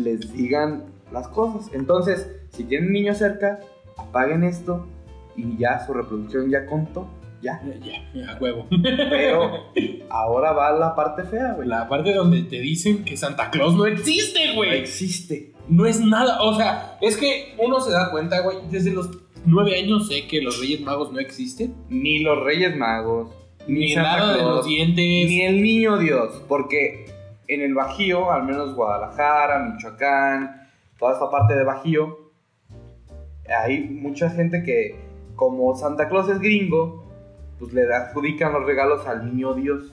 les digan las cosas. Entonces, si tienen niños cerca, apaguen esto y ya su reproducción ya contó. Ya. Ya, ya, a huevo. [LAUGHS] Pero ahora va la parte fea, güey. La parte donde te dicen que Santa Claus no existe, No güey. existe. No es nada, o sea, es que uno se da cuenta, güey, desde los nueve años sé que los Reyes Magos no existen. Ni los Reyes Magos, ni, Ni el Santa lado de Claus, los dientes. ni el Niño Dios, porque en el Bajío, al menos Guadalajara, Michoacán, toda esta parte de Bajío, hay mucha gente que, como Santa Claus es gringo, pues le adjudican los regalos al Niño Dios.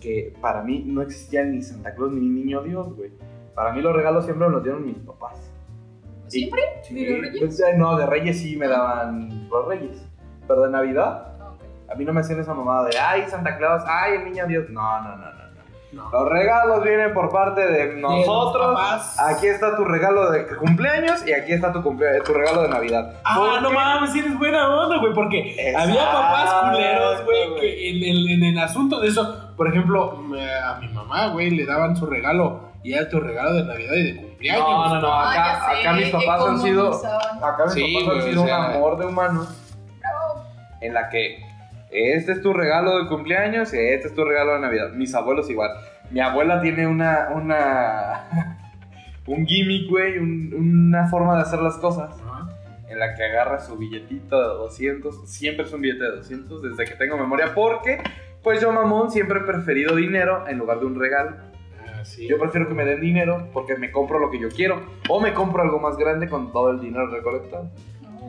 Que para mí no existía ni Santa Claus ni Niño Dios, güey. Para mí los regalos siempre me los dieron mis papás. ¿Siempre? ¿Ni los Reyes? Pues, eh, no, de Reyes sí me Ah. daban los Reyes. Pero de Navidad, Ah, ok. a mí no me hacían esa mamada de, ay, Santa Claus, ay, el niño Dios. No, no, no, no. no. No. Los regalos vienen por parte de nosotros. papás. aquí está tu regalo de cumpleaños y aquí está tu, cumplea- tu regalo de Navidad. Ah, Porque- no mames, eres buena onda, güey, porque Exacto, había papás culeros, güey, güey. que en el, en el asunto de eso, por ejemplo, me- a mi mamá, güey, le daban su regalo y era tu regalo de Navidad y de cumpleaños. No, no, no, Ah, acá, ya sé, acá mis que papás han cómo sido... nos usaban. Acá mis Sí, papás han güey, sido o sea, un amor de humanos. En la que este es tu regalo de cumpleaños y este es tu regalo de Navidad. Mis abuelos igual. Mi abuela tiene una. [LAUGHS] una un gimmick, güey. un- una forma de hacer las cosas. Ajá. en la que agarra su billetito de 200. Siempre es un billete de 200 desde que tengo memoria porque, pues yo mamón siempre he preferido dinero en lugar de un regalo. Ah, sí. Yo prefiero que me den dinero porque me compro lo que yo quiero o me compro algo más grande con todo el dinero recolectado.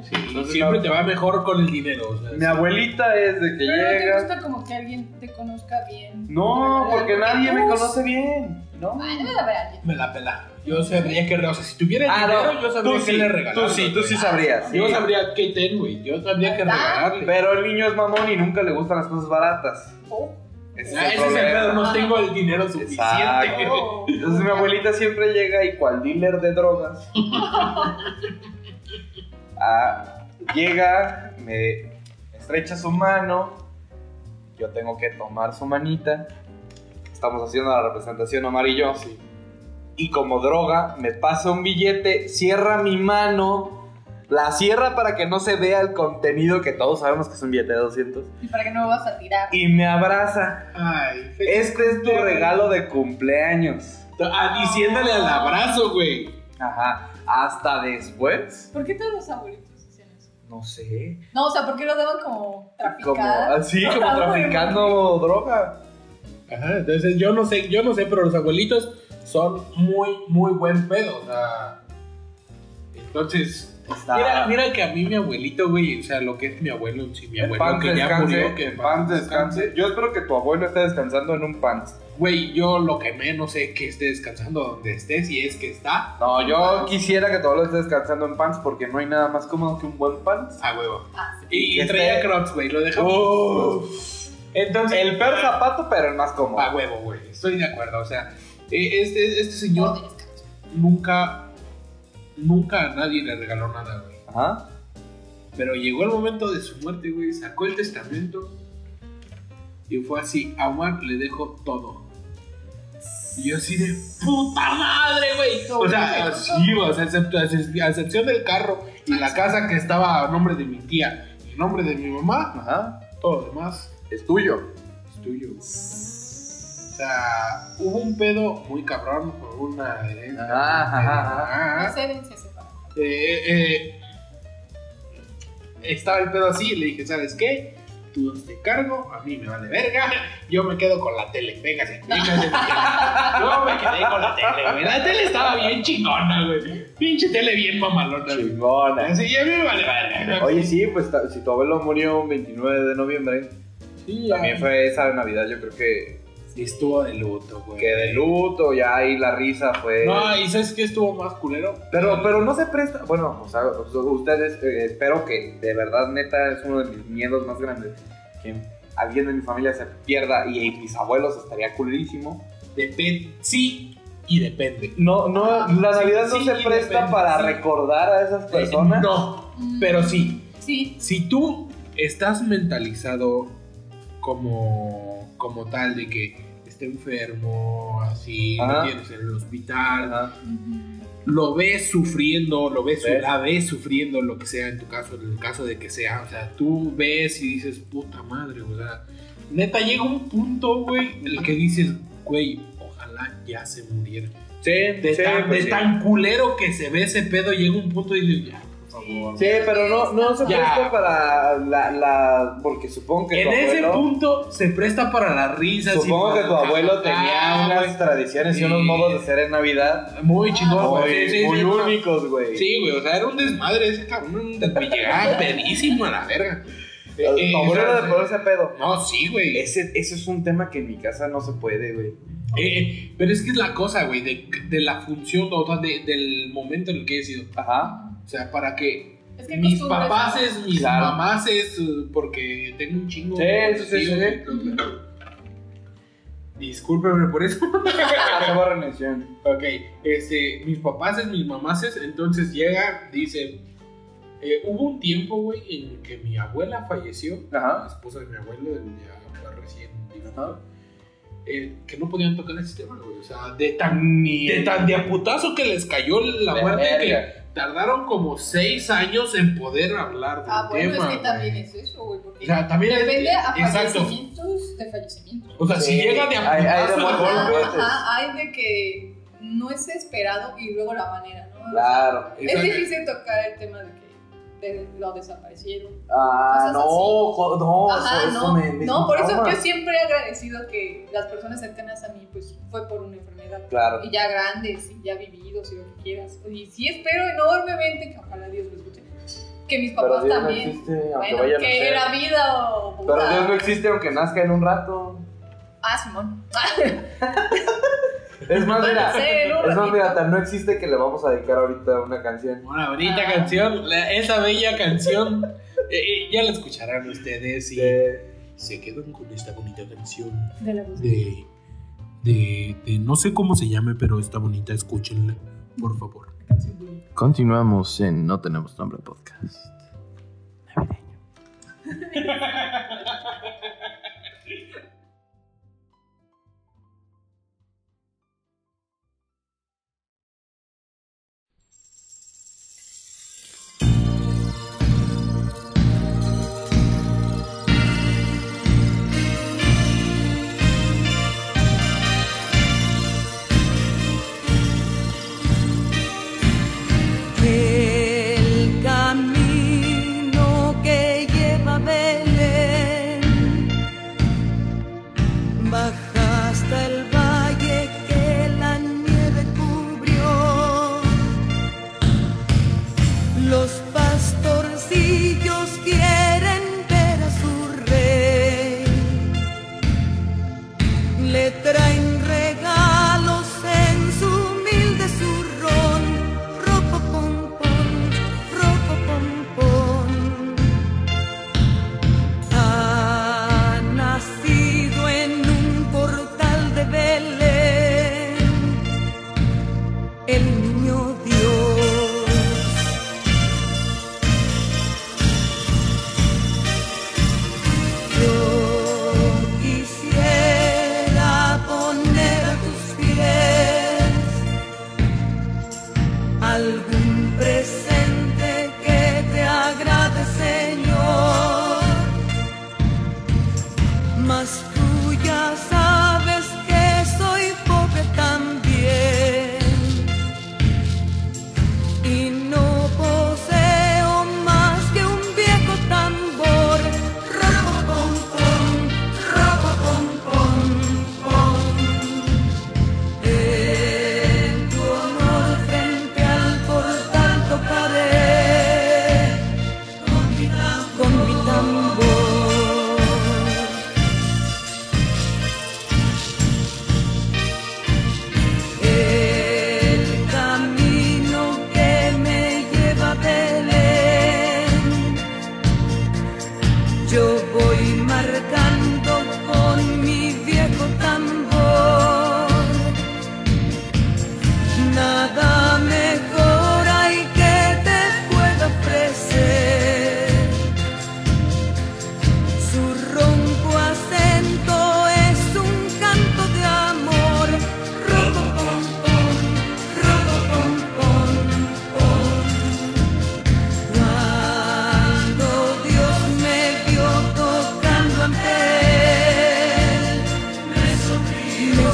Sí, Entonces, siempre la- te va mejor con el dinero. o sea, Mi sí. abuelita es de que Pero no te llega. gusta como que alguien te conozca bien. No, porque nadie me Tus- conoce bien. No. Ay, debe de haber alguien. Me la pela. Yo sabría que. O sea, si tuviera Ah, dinero, no, yo sabría tú que sí, le regalar. tú sí, tú sí sabrías. Yo sí. sabría que ten, güey. Yo sabría que Ah, regalarle. Pero el niño es mamón y nunca le gustan las cosas baratas. Oh. Ese Ah, ese es el problema. pedo, no tengo el dinero suficiente. Exacto. Entonces mi abuelita siempre llega y cual dealer de drogas. ah, llega, me estrecha su mano, yo tengo que tomar su manita. Estamos haciendo la representación Omar y yo. Y como droga, me pasa un billete, cierra mi mano, la cierra para que no se vea el contenido que todos sabemos que es un billete de 200. Y para que no me vas a tirar. Y me abraza. Ay, feliz Este es tu cumpleaños. regalo de cumpleaños. Ah, diciéndole al abrazo, güey. Ajá. Hasta después. ¿Por qué todos los abuelitos hacían eso? No sé. No, o sea, ¿por qué lo daban como Como, traficada? [LAUGHS] Ah, así, como traficando droga. Ajá, entonces yo no sé, yo no sé, pero los abuelitos son muy, muy buen pedo. O sea, entonces, Está- mira, mira que a mí mi abuelito, güey, o sea, lo que es mi abuelo, sí, mi En abuelo pan que ya descanse, murió, que en pan descanse. Yo espero que tu abuelo esté descansando en un pan. Güey, yo lo quemé, no sé que esté descansando donde esté, si es que está, No, yo quisiera que tu abuelo esté descansando en pants porque no hay nada más cómodo que un buen pants. a huevo. Ah, sí. Y Que traía esté- crocs, güey, lo dejamos. Uf. ah. Entonces, El peor zapato, pero el más A cómodo. huevo, güey, estoy de acuerdo, o sea, eh, este, este señor No, descanso. nunca, nunca a nadie le regaló nada, güey. Ajá. Pero llegó el momento de su muerte, güey. Sacó el testamento. Y fue así, a Omar le dejo todo. Y yo así de puta madre, güey. O sea, sí, o sea, excepto- a ex- a excepción del carro y la casa que estaba a nombre de mi tía y a nombre de mi mamá, Ajá. todo lo demás Es tuyo. es tuyo. güey. O sea, hubo un pedo muy cabrón por una herencia. Ajá, ajá, Ah, ajá. No sé, herencia separada. Eh, eh, estaba el pedo así, le dije, ¿sabes qué? Tú te cargo, a mí me vale verga, yo me quedo con la tele, véngase, véngase. yo me quedé con la tele, güey. La tele estaba bien chingona, güey. Pinche tele bien mamalona, güey. Chingona. Así, y a mí me vale verga. Oye, sí, pues ta- si tu abuelo murió un 29 de noviembre, Sí, también fue esa Navidad, yo creo que, Estuvo de luto, güey. que de luto, ya ahí la risa fue... No, ¿y sabes qué estuvo más culero? Pero, pero no se presta. Bueno, o sea, ustedes, eh, espero que de verdad, neta, es uno de mis miedos más grandes. Que alguien de mi familia se pierda y, y mis abuelos estaría culerísimo. Depende. Sí y depende. No, no, la Navidad Ah, sí, no se presta depende, para sí. recordar a esas personas. No, Mm, pero sí. Sí. si tú estás mentalizado como, como tal de que esté enfermo, así, lo Ajá. tienes en el hospital, Ajá. Ujú. lo ves sufriendo, lo ves, ¿Ves? la ves sufriendo, lo que sea en tu caso, en el caso de que sea, o sea, tú ves y dices, puta madre, o sea, neta llega un punto, güey, en el que dices, güey, ojalá ya se muriera. Sí, De, sí, tan, pues de sí. tan culero que se ve ese pedo, llega un punto y dices, ya, por favor. Sí, pero no, no se Ya. presta para la, la. Porque supongo que. En tu ese abuelo- punto se presta para la risa. Supongo sí, que tu abuelo tenía Ah, unas tradiciones Sí. y unos modos de ser en Navidad güey, Muy chingón, muy, güey. Sí, sí, muy sí, únicos, güey. Sí, güey, o sea, era un desmadre ese cabrón. Me llegaba pedísimo a la [LAUGHS] verga. Eh, Tu abuelo era o de sea, ponerse pedo. No, sí, güey. Ese, ese es un tema que en mi casa no se puede, güey. Eh, pero es que es la cosa, güey, de, de la función, o sea, de- del momento en el que he sido. Ajá. O sea, para que Es que mis acostumbras- papaces, mis Claro. mamás es eh, porque tengo un chingo. Sí, de sí, sí, tíos, sí. entonces- Discúlpeme por eso. Acabo de renunciar. Ok, este, mis papás es mis mamases, entonces llega, dice, eh, hubo un tiempo, güey, en que mi abuela falleció, la Ajá. esposa de mi abuelo, el ya fue recién difunto, Ajá. eh, que no podían tocar el sistema, güey, o sea, de tan, Ni. de tan de a putazo que les cayó la De muerte que verga. tardaron como seis años en poder hablar del Ah, bueno, tema, es que también güey. es eso, güey. Porque O sea, también hay- depende a exacto. fallecimientos de fallecimientos. O sea, si Sí, llega de a hay- hay de putazo el buen golpe, golpe. golpes. Ajá, hay de que no es esperado y luego la manera, ¿no? O sea, Claro. Es Exacto. difícil tocar el tema de que de- lo desaparecieron. Ah, Cosas no, así. jo- no, Ajá, Oh, eso, eso no, me- me no, por eso trauma. yo siempre he agradecido que las personas cercanas a mí, pues, fue por una enfermedad. Claro. Y ya grandes, y ya vividos, y lo que quieras. Y sí espero enormemente que ojalá Dios me escuche. Que mis Pero papás Dios no también. existe, aunque bueno, vayan a que ser. la vida o Pero puta. Dios no existe aunque nazca en un rato. Ah, Simón. [LAUGHS] Es más, mira, Sí, en un es más, ratito. mira, tan no existe que le vamos a dedicar ahorita una canción. Una bonita Ah. canción, la- esa bella canción. Eh, eh, ya la escucharán ustedes y de- se quedan con esta bonita canción De la voz. de, de, de no sé cómo se llame, pero está bonita, escúchenla, por favor. Continuamos en No Tenemos Nombre Podcast. El camino que lleva a Belén baja hasta el valle que la nieve cubrió. Los pastorcillos quieren ver a su rey, le traen regalos en su humilde zurrón, ropa pompón, ropa pompón. Ha nacido en un portal de Belén el niño Dios. Yo quisiera poner a tus pies algún presente que te agrade, Señor. Mas tú ya sabes que soy pobre también y no poseo más que un viejo tambor. Ropo pom pom, ropo pom pom pom. En tu honor frente al portal tocaré con mi tambor. El camino que me lleva a Belén, yo voy marcando con mi viejo tambor. Nada mejor hay que te pueda ofrecer. Su ronco acento es un canto de amor. Robo pom pom, robo pom pom pom. Cuando Dios me vio tocando ante él, me sonrió.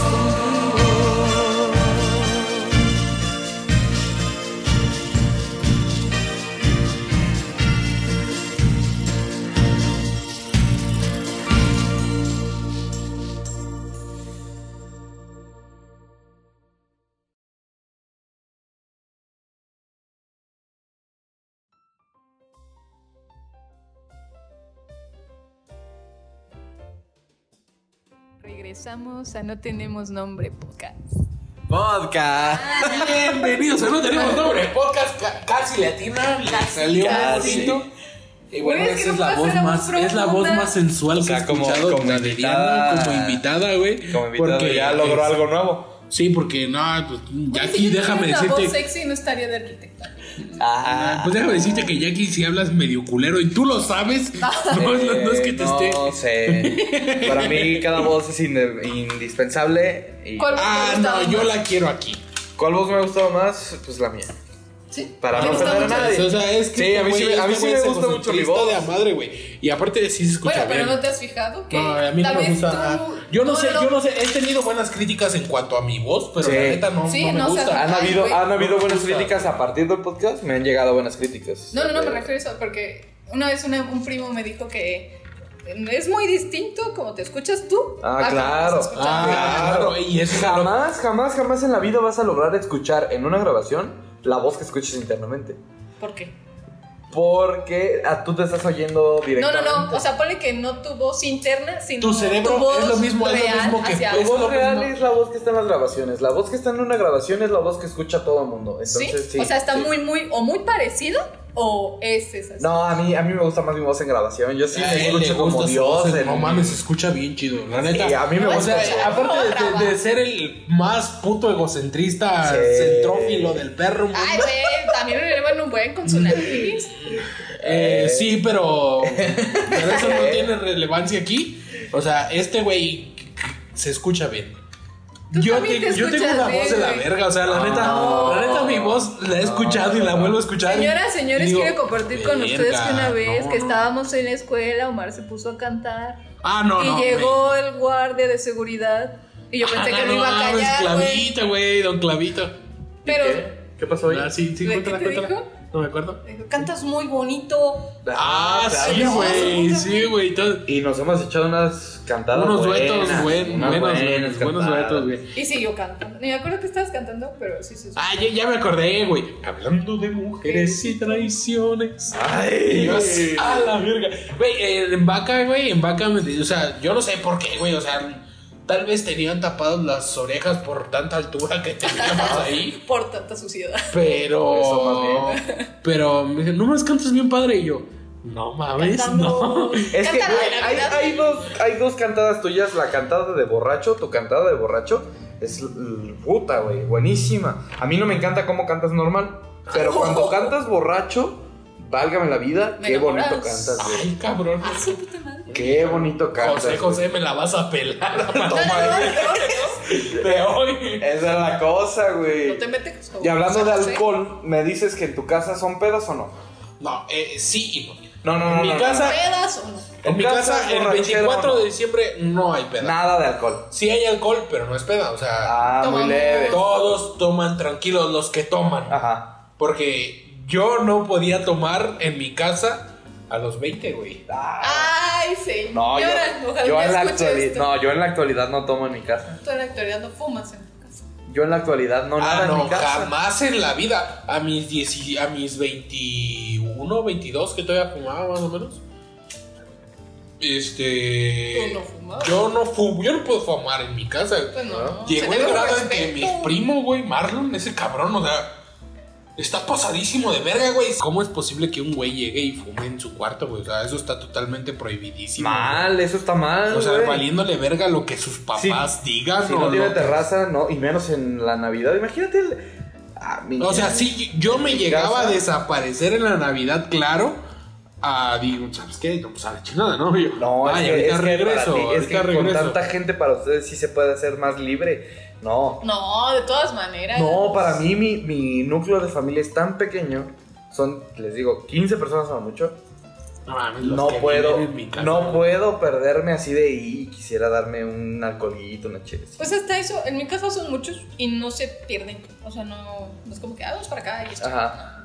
Regresamos a No Tenemos Nombre Podcast. Podcast. Ah, Bienvenidos a No [LAUGHS] Tenemos Nombre, podcast ca- casi latina, le salió un casi. poquito. Y bueno, Güey, es que esa es nunca la voz será muy más, es la voz profunda. más sensual O sea, que he como- escuchado como de Diana, invitada. como invitada, güey. Como invitado ya logró es- algo nuevo. Sí, porque no, pues Si Jackie, yo tuviera déjame una voz decirte. sexy no estaría de arquitecta. Ah, [LAUGHS] Pues déjame decirte que Jackie, si hablas medio culero y tú lo sabes, Ah. [LAUGHS] no, es- no es que te esté. No [LAUGHS] sé. Para mí cada voz es inde- indispensable. Y ¿Cuál- Ah, no, yo la quiero aquí. ¿Cuál voz me ha gustado más? Pues la mía. Sí. Para Me no gusta ofender a mucho. nadie. O sea, es que. Sí, a mí sí güey, me- a este mí sí güey me se gusta mucho mi concentrista voz. de a madre, güey. Y aparte sí se Bueno, escucha pero bien. no te has fijado que No, a mí no tal me vez gusta. tú ah, yo no, sé, lo- yo no sé. He tenido buenas críticas en cuanto a mi voz, pero Sí. la neta no, Sí, no me no, o sea, gusta. Han Ay, habido, güey. han habido No, buenas o sea. críticas a partir del podcast, me han llegado buenas críticas. No, no, no, me Eh, refiero a eso, porque una vez una- un primo me dijo que es muy distinto como te escuchas tú. Ah, a como claro. se escucha Ah, a mí. claro. Y eso es lo- Jamás, jamás, jamás en la vida vas a lograr escuchar en una grabación la voz que escuches internamente. ¿Por qué? Porque ah, tú te estás oyendo No, directamente. no, no, o sea, ponle que no tu voz interna, sino Tu cerebro tu voz es lo mismo, es lo real mismo que hacia- tu La voz Eso real mismo. es la voz que está en las grabaciones. La voz que está en una grabación es la voz que escucha todo el mundo. ¿Sí? Entonces, sí, o sea, está sí. muy, muy, o muy parecido, o es esa. No, a mí, a mí me gusta más mi voz en grabación. Yo sí A me él le escucho como gusta su Dios. voz, en- No mames, se escucha bien chido, la neta. Sí, a mí me No, O gusta. sea, es que- aparte de, de ser el más puto egocentrista Sí. centrófilo del perro, güey, Ay, güey, también me llevan un buen con su nariz. eh, sí, [LAUGHS] pero, pero eso no tiene relevancia aquí. O sea, este güey se escucha bien. Tú Yo, también te- te yo tengo escuchas una bien, voz de la güey. verga, o sea, la neta, la neta mi voz la he escuchado y la vuelvo a escuchar. y Señoras, señores, digo, quiero compartir con "Verga, ustedes que una vez no, que no". estábamos en la escuela, Omar se puso a cantar. Ah, no, y no. llegó el guardia de seguridad. Y yo pensé Ah, que me iba a mames, callar, güey. Clavito, güey, don Clavito. Pero ¿Qué pasó hoy? Ah, sí, sí, ¿De cuéntala, qué te cuéntala. dijo? No me acuerdo. me dijo, cantas muy bonito. Ah, claro. sí, no, güey, nunca sí, vi. güey. todo- Y nos hemos echado unas cantadas. Unos duetos, buenas, güey. unas Buenos, buenas güey, buenos cantadas. duetos, güey. Y siguió cantando. Ni me acuerdo que estabas cantando, pero sí se Ah, ya, ya me acordé, güey. Hablando de mujeres y traiciones. Ay, Y yo así, a la verga. Güey, eh, en vaca, güey, en vaca, me- o sea, yo no sé por qué, güey, o sea, tal vez tenían tapadas las orejas por tanta altura [LAUGHS] que teníamos ahí. Por tanta suciedad. Pero. Eso Pero me dicen, no mames, cantas bien padre. Y yo, no mames, no. Cantamos. Es que, Canta la güey, de hay, Navidad. hay dos, hay dos cantadas tuyas. La cantada de borracho, tu cantada de borracho es l- puta, güey. Buenísima. A mí no me encanta cómo cantas normal. Pero cuando cantas borracho, válgame la vida, Me qué enamoras. bonito cantas, güey. [LAUGHS] Ay, cabrón. Ah, su puta madre. Qué bonito cantas. José, güey. José, me la vas a pelar. No, no, no, no, de hoy. Esa es la cosa, no, güey. no te metes con Y hablando de José José. alcohol, ¿me dices que en tu casa son pedas o no? No, eh, sí y no. No, no, no. Mi no, no. casa- ¿Pedas o no? En mi casa, el borrachera, 24 no. de diciembre no hay peda. Nada de alcohol. Sí hay alcohol, pero no es peda. O Ah, sea, muy Tomamos. leve. todos toman tranquilos los que toman. Ah. Ajá. Porque yo no podía tomar en mi casa a los 20, güey. Ah. Ay, señor. No, yo, ojalá yo en la escuche actuali- esto. no, yo en la actualidad no tomo en mi casa. Tú en la actualidad no fumas en tu casa. Yo en la actualidad no ah, nada en no, mi casa. jamás en la vida. A mis, 10 a mis 21, 22, que todavía fumaba más o menos. Este. Tú no fumabas. Yo no fumo, yo no puedo fumar en mi casa. Pues no, Llegó no. Se el debe un grado en que mi respeto. primo, güey, Marlon, ese cabrón, o sea, está pasadísimo de verga, güey. ¿Cómo es posible que un güey llegue y fume en su cuarto, güey? O sea, eso está totalmente prohibidísimo. Mal, eso está mal. güey. O sea, güey. valiéndole verga lo que sus papás digan. Si o no tiene lo que- terraza, no, y menos en la Navidad. Imagínate. el- Ah, mi- O sea, sí, yo me mi llegaba casa. a desaparecer en la Navidad, claro. A, digo, ¿sabes qué? No, pues a la chingada, ¿no? Yo, No, "Ay, es que, ahorita es que para regreso. ti- es ahorita que con regreso". tanta gente para ustedes sí se puede hacer más libre. No, No, de todas maneras. no, para mí mi, mi núcleo de familia es tan pequeño. Son, les digo, 15 personas a lo mucho. No, mames, los No que puedo, viven en mi casa. no puedo perderme así de y quisiera darme un alcoholito, una cheles. Pues hasta eso, en mi casa son muchos y no se pierden. O sea, no, no es como que, ah, vamos para acá y esto. Ajá.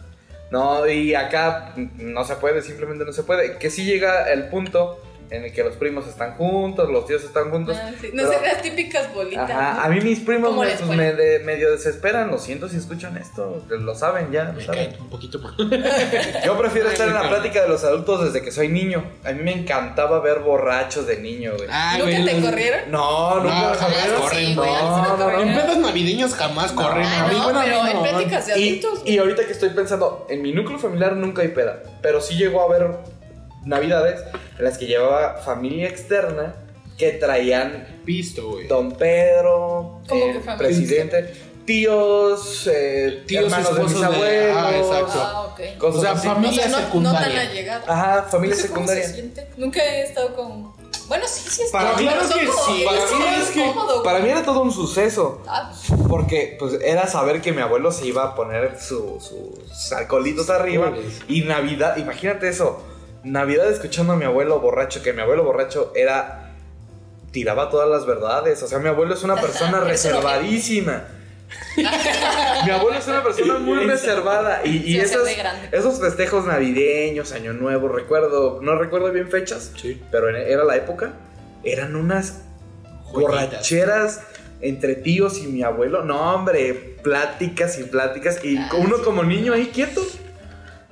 No, y acá no se puede, simplemente no se puede. Que sí llega el punto en el que los primos están juntos, los tíos están juntos. Ah, sí. No pues, pero- sé, las típicas bolitas. ¿no? Ajá, a mí mis primos Como me, la pues, escuela. me de- medio desesperan, lo siento si escuchan esto, lo saben ya. lo Me saben. caen un [LAUGHS] poquito mal. Yo prefiero estar en la Ay, plática de los adultos desde que soy niño. A mí me encantaba ver borrachos de niño, güey. Ah, ¿Nunca güey, te los- corrieron? No, No, nunca me jamás corrieron. corren, güey, a mí Ah, sí me no, no, no. corrieron. En pedas navideñas jamás corren. Ah, a mí, no, bueno, a mí pero en no. pláticas de Y, adultos. y ahorita que estoy pensando, en mi núcleo familiar nunca hay peda, pero sí llegó a haber navidades en las que llevaba familia externa que traían Pisto, güey. don Pedro, ¿Cómo el que familia presidente, tíos, eh, Tíos, hermanos de mis esposos de- abuelos, ah, exacto. Ah, ok. cosas O sea, así. familia no, no tan secundaria. allegada. Ajá, No familia sé cómo se secundaria. siente. Nunca he estado con Bueno, sí, sí es Para mí pero es son que como- sí, Para es mí, como es que, incómodo, para güey. mí era todo un suceso. Ah, Porque pues era saber que mi abuelo se iba a poner su- sus alcoholitos arriba. Y Navidad, imagínate eso. Navidad escuchando a mi abuelo borracho, que mi abuelo borracho era... Tiraba todas las verdades. O sea, mi abuelo [LAUGHS] es una persona Pero eso lo- reservadísima. mi abuelo es una persona muy reservada. Y, y Se hace esos, re grande. esos festejos navideños, año nuevo, recuerdo, no recuerdo bien fechas, pero en- era la época, eran unas borracheras entre tíos y mi abuelo. No, hombre, pláticas y pláticas. Y Ah, uno sí. como niño ahí quieto,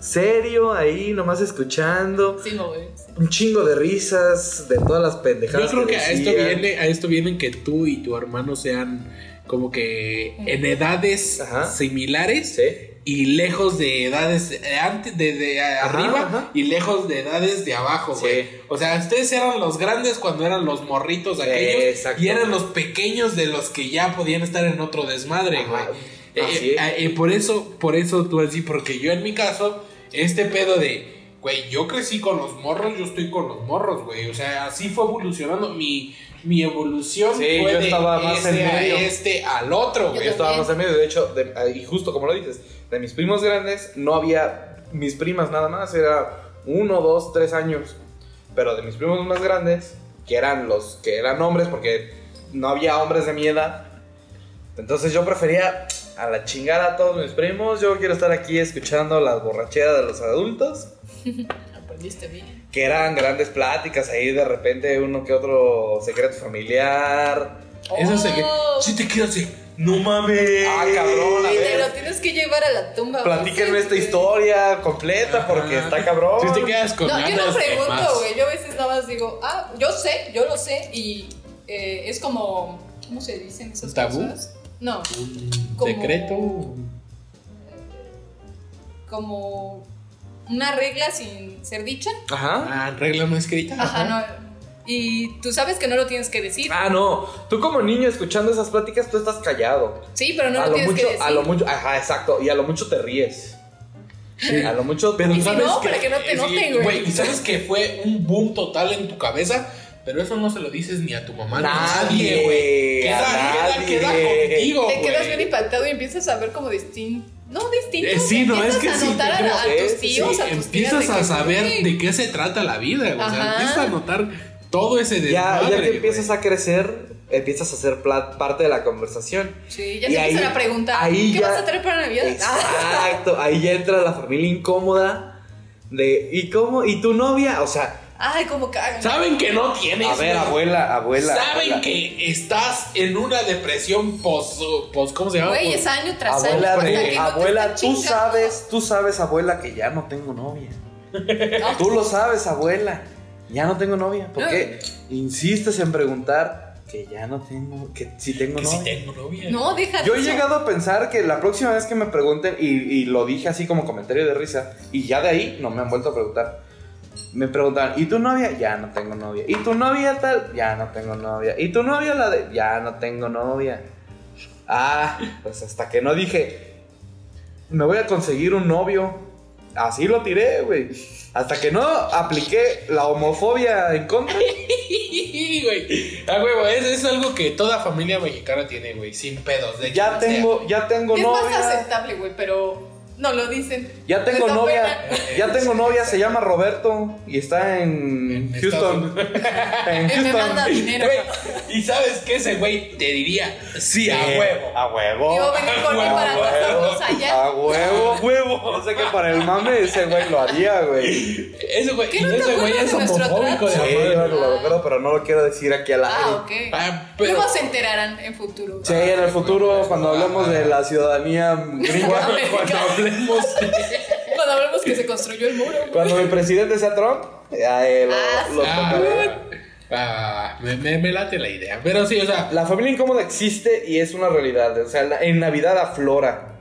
serio, ahí nomás escuchando. sí, no, güey. Un chingo de risas de todas las pendejadas. Yo creo que a esto decían. viene, a esto viene que tú y tu hermano sean como que en edades Ajá. similares Sí. y lejos de edades de antes de, de a- Ajá, arriba ajá. y lejos de edades de abajo, Sí. güey. O sea, ustedes eran los grandes cuando eran los morritos Sí, aquellos exacto. y eran los pequeños de los que ya podían estar en otro desmadre, Ajá, güey. así Eh, es. eh, eh, por eso, por eso tú así, porque yo en mi caso, este pedo de, güey, yo crecí con los morros, yo estoy con los morros, güey. O sea, así fue evolucionando mi, mi evolución. Sí, fue yo de estaba más en este a medio. este al otro, güey. Yo estaba más en medio, de hecho, de- ah, y justo como lo dices, de mis primos grandes no había mis primas nada más, era uno, dos, tres años. Pero de mis primos más grandes, que eran los que eran hombres, porque no había hombres de mi edad, entonces yo prefería a la chingada a todos mis primos. Yo quiero estar aquí escuchando las borracheras de los adultos Aprendiste bien. que eran grandes pláticas ahí de repente uno que otro secreto familiar. Eso se que Oh. si te quedas así. No mames. Ah, cabrón, la Y te verga. lo tienes que llevar a la tumba. güey. Platíquenme Sí, esta güey. historia completa porque está cabrón. Si te quedas con No, yo no ganas de este más. pregunto, güey. Yo a veces nada más digo, ah, yo sé, yo lo sé. Y eh, es como, ¿cómo se dicen esas ¿Tabú? cosas? No, Un Como- Secreto. como una regla sin ser dicha. Ajá. Ah, regla no escrita. Ajá, no. Y tú sabes que no lo tienes que decir. Ah, no. Tú como niño escuchando esas pláticas, tú estás callado. Sí, pero no a lo lo tienes mucho, que decir. a lo mucho, ajá, exacto. Y a lo mucho te ríes. A lo mucho. Pero Y si sabes no, para que no te Eh, sí, noten, güey. Y sabes que fue un boom total en tu cabeza, pero eso no se lo dices ni a tu mamá ni a nadie, Nadie, güey. Queda, a queda- nadie. queda contigo, te quedas güey. bien impactado y empiezas a ver como distinto. No, distinto. Eh, sí, no, empiezas es que a sí, notar te a- a, creo, tus sí, tíos, Sí, a tus tías. empiezas de a que, saber güey, de qué se trata la vida, güey. O sea, Ajá. empiezas a notar todo ese Ya, desmadre, ya que güey. empiezas a crecer, empiezas a ser pla- parte de la conversación. Sí, ya Y te ahí- empiezan a preguntar. ahí ¿Qué ya- vas a traer para Navidad? Ah, Exacto. Ahí ya entra la familia incómoda de ¿y cómo? ¿Y tu novia? O sea, Ay, como cagan. Saben que no tienes. a ver, güey. abuela, abuela. Saben abuela. que estás en una depresión pos, pos ¿cómo se llama? Güey, es año tras Abuela, tú- año. hasta que no te abuela, están tú chingando. [LAUGHS] sabes, tú sabes, abuela, que ya no tengo novia. Ah. Tú lo sabes, abuela. Ya no tengo novia. ¿Por qué insistes en preguntar que ya no tengo, que si tengo que novia? si tengo novia. No, deja Yo de he eso. llegado a pensar que la próxima vez que me pregunten, y, y lo dije así como comentario de risa, y ya de ahí no me han vuelto a preguntar. Me preguntan, ¿y tu novia? Ya no tengo novia. ¿Y tu novia tal? Ya no tengo novia. ¿Y tu novia la de? Ya no tengo novia. Ah, pues hasta que no dije, me voy a conseguir un novio. Así lo tiré, güey. Hasta que no apliqué la homofobia en [LAUGHS] contra. [LAUGHS] güey. Ah, huevo, es, es algo que toda familia mexicana tiene, güey, sin pedos. De Ya quien sea. tengo, ya tengo Es novia. más aceptable, güey, pero no lo dicen. Ya Les tengo da novia, pena. ya tengo novia, se llama Roberto y está en En Houston. [LAUGHS] [LAUGHS] En Me manda Houston. dinero. Güey, [LAUGHS] y sabes que ese güey te diría, sí, Sí, a huevo. A huevo. Iba a venir con él a para huevo, casarnos allá. A [LAUGHS] huevo, huevo. O sea que para el mame ese güey lo haría, güey. Ese güey, ¿Qué y no te ese güey acuerdas es de nuestro homofóbico de Sí, trato? amor. lo lo recuerdo, pero no lo quiero decir aquí al aire. Ah, ok. Ah, pero- Luego se enterarán en futuro. Sí, en el futuro, cuando hablemos de la ciudadanía gringa, Cuando, [LAUGHS] [LAUGHS] [LAUGHS] cuando hablemos de- Cuando hablemos que se construyó el muro. güey. cuando el presidente sea Trump, ya, eh, lo- Ah, lo tocaré. Ah, ah, me, me- me late la idea. Pero sí, o sea, La familia incómoda existe y es una realidad. O sea, la- en Navidad aflora.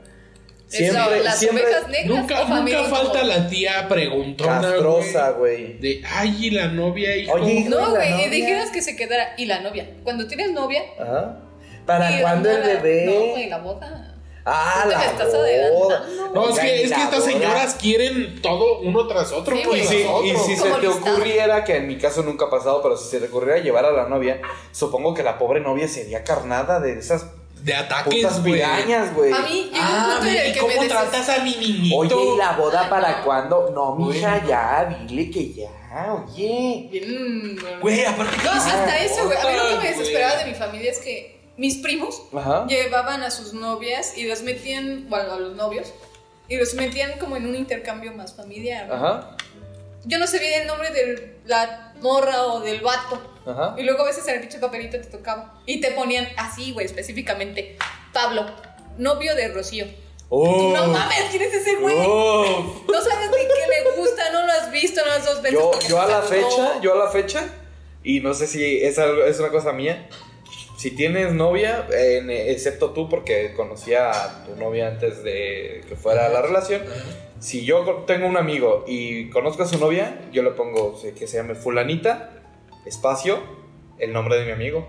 Siempre, Eso, las siempre ovejas negras. nunca, o familia nunca falta incómoda. la tía preguntona. castrosa, güey, güey. De, ay, y la novia, hijo. Oye, hijo. No, la güey, novia. y dijeras que se quedara. Y la novia. Cuando tienes novia. Ajá. ¿Para y cuándo el no la- No, bebé? güey, la boda. Ah, Tú te la me estás boda. adelantando. No, es que, es que estas Engañadora. señoras quieren todo uno tras otro. Sí, pues, Y güey. si, tras otro. y si se Como te listado. ocurriera, que en mi caso nunca ha pasado, pero si se te ocurriera llevar a la novia, supongo que la pobre novia sería carnada de esas De ataques, putas güey. pirañas, güey. A mí llegó un Ah, punto en el ¿y que cómo me desesperé. tratas a mi niñito? Oye, ¿y la boda no. para cuándo? No, mija, Bueno. ya, dile que ya, oye. Bien, Güey, aparte que Mm, No, hasta eso, güey. A mí lo que me güey. desesperaba de mi familia es que mis primos Ajá. llevaban a sus novias y los metían, bueno, a los novios, y los metían como en un intercambio más familiar. ¿no? Ajá. Yo no sabía el nombre de la morra o del vato. Ajá. Y luego a veces en el pinche papelito te tocaba. Y te ponían así, güey, específicamente. Pablo, novio de Rocío. Oh. No mames, ¿quién es ese güey? Oh. No sabes ni qué le gusta, no lo has visto, no las dos veces. Yo, porque yo no a te la gustó. fecha, yo a la fecha, y no sé si es, algo, es una cosa mía. Si tienes novia, en- excepto tú, porque conocía a tu novia antes de que fuera la relación. Si yo co- tengo un amigo y conozco a su novia, yo le pongo sí, que se llame Fulanita, espacio, el nombre de mi amigo.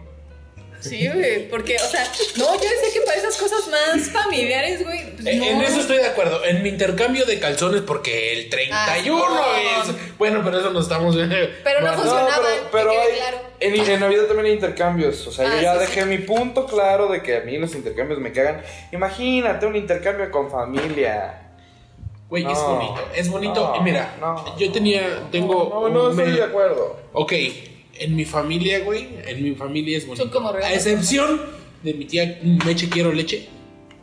Sí, güey, porque, o sea, no, yo sé que para esas cosas más familiares, güey. pues, Eh, En- En no. eso estoy de acuerdo. En mi intercambio de calzones, porque el 31 Ah, no. es. Bueno, pero eso no estamos. Pero no Bueno, funcionaban, que quede hay- claro. en, en Navidad también hay intercambios. O sea, Ah, yo ya sí, dejé mi punto claro de que a mí los intercambios me cagan. Imagínate un intercambio con familia. Güey, es No, bonito. Es bonito. no, Y mira, no, yo tenía. Tengo. No, no un estoy me- de acuerdo. Ok, en mi familia, güey, en mi familia es bonito. Son como regalos, A excepción de mi tía "Mm, Meche Quiero Leche.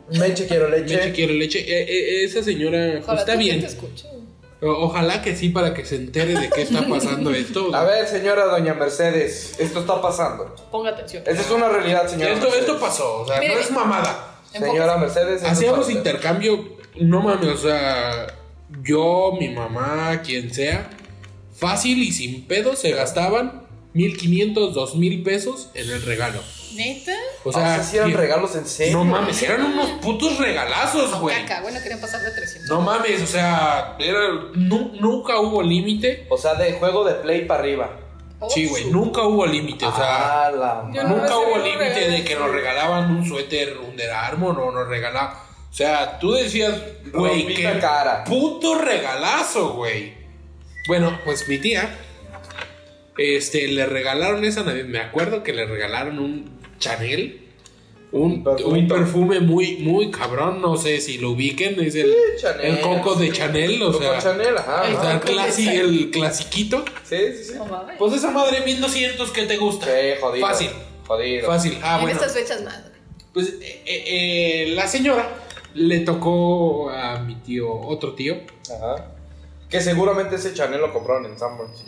Meche quiero Meche leche. Quiero Leche. Eh, eh, esa señora Ojalá está tú bien. te escuche, güey. O- Ojalá que sí para que se entere de qué está [LAUGHS] pasando esto. A ver, señora Doña Mercedes, esto está pasando. Ponga atención. Esta es una realidad, señora. Esto, esto Mercedes. pasó, o sea, Mire. no es mamada. Señora Mercedes. esto Hacíamos pasa. intercambio, no mames, o sea, yo, mi mamá, quien sea, fácil y sin pedo se gastaban 1500, 2000 pesos en el regalo. ¿Neta? Ah, O O sea, sea, si eran bien- regalos en serio. No mames, eran unos putos regalazos, Ah, güey. Caca, bueno, querían pasar de 300. No mames, o sea, era- nu- nunca hubo límite. O sea, de juego de play para arriba. Oh, Sí, güey, su- nunca hubo límite, o sea, ah, la madre. Yo no nunca recibí hubo un límite regalo. de que nos regalaban un suéter Under Armour o nos regalaban. O sea, tú decías, güey, Rompí la qué cara. puto regalazo, güey. Bueno, pues mi tía, este, le regalaron esa Navidad. Me acuerdo que le regalaron un Chanel. Un, Perfumito. un perfume muy, muy cabrón, no sé si lo ubiquen, es el, Sí, Chanel. el coco de Chanel, o Coco sea, Chanel, Ah, ajá, o sea, ajá. el, clasi- el clasiquito. Sí, sí, sí. No mames. Pues esa madre 1200 que te gusta. Sí, jodido. Fácil, Jodido. fácil. Ah, en bueno. estas fechas más, güey. Pues eh, eh, eh, la señora le tocó a mi tío, otro tío, Ajá. Que seguramente ese Chanel lo compraron en Sanborns.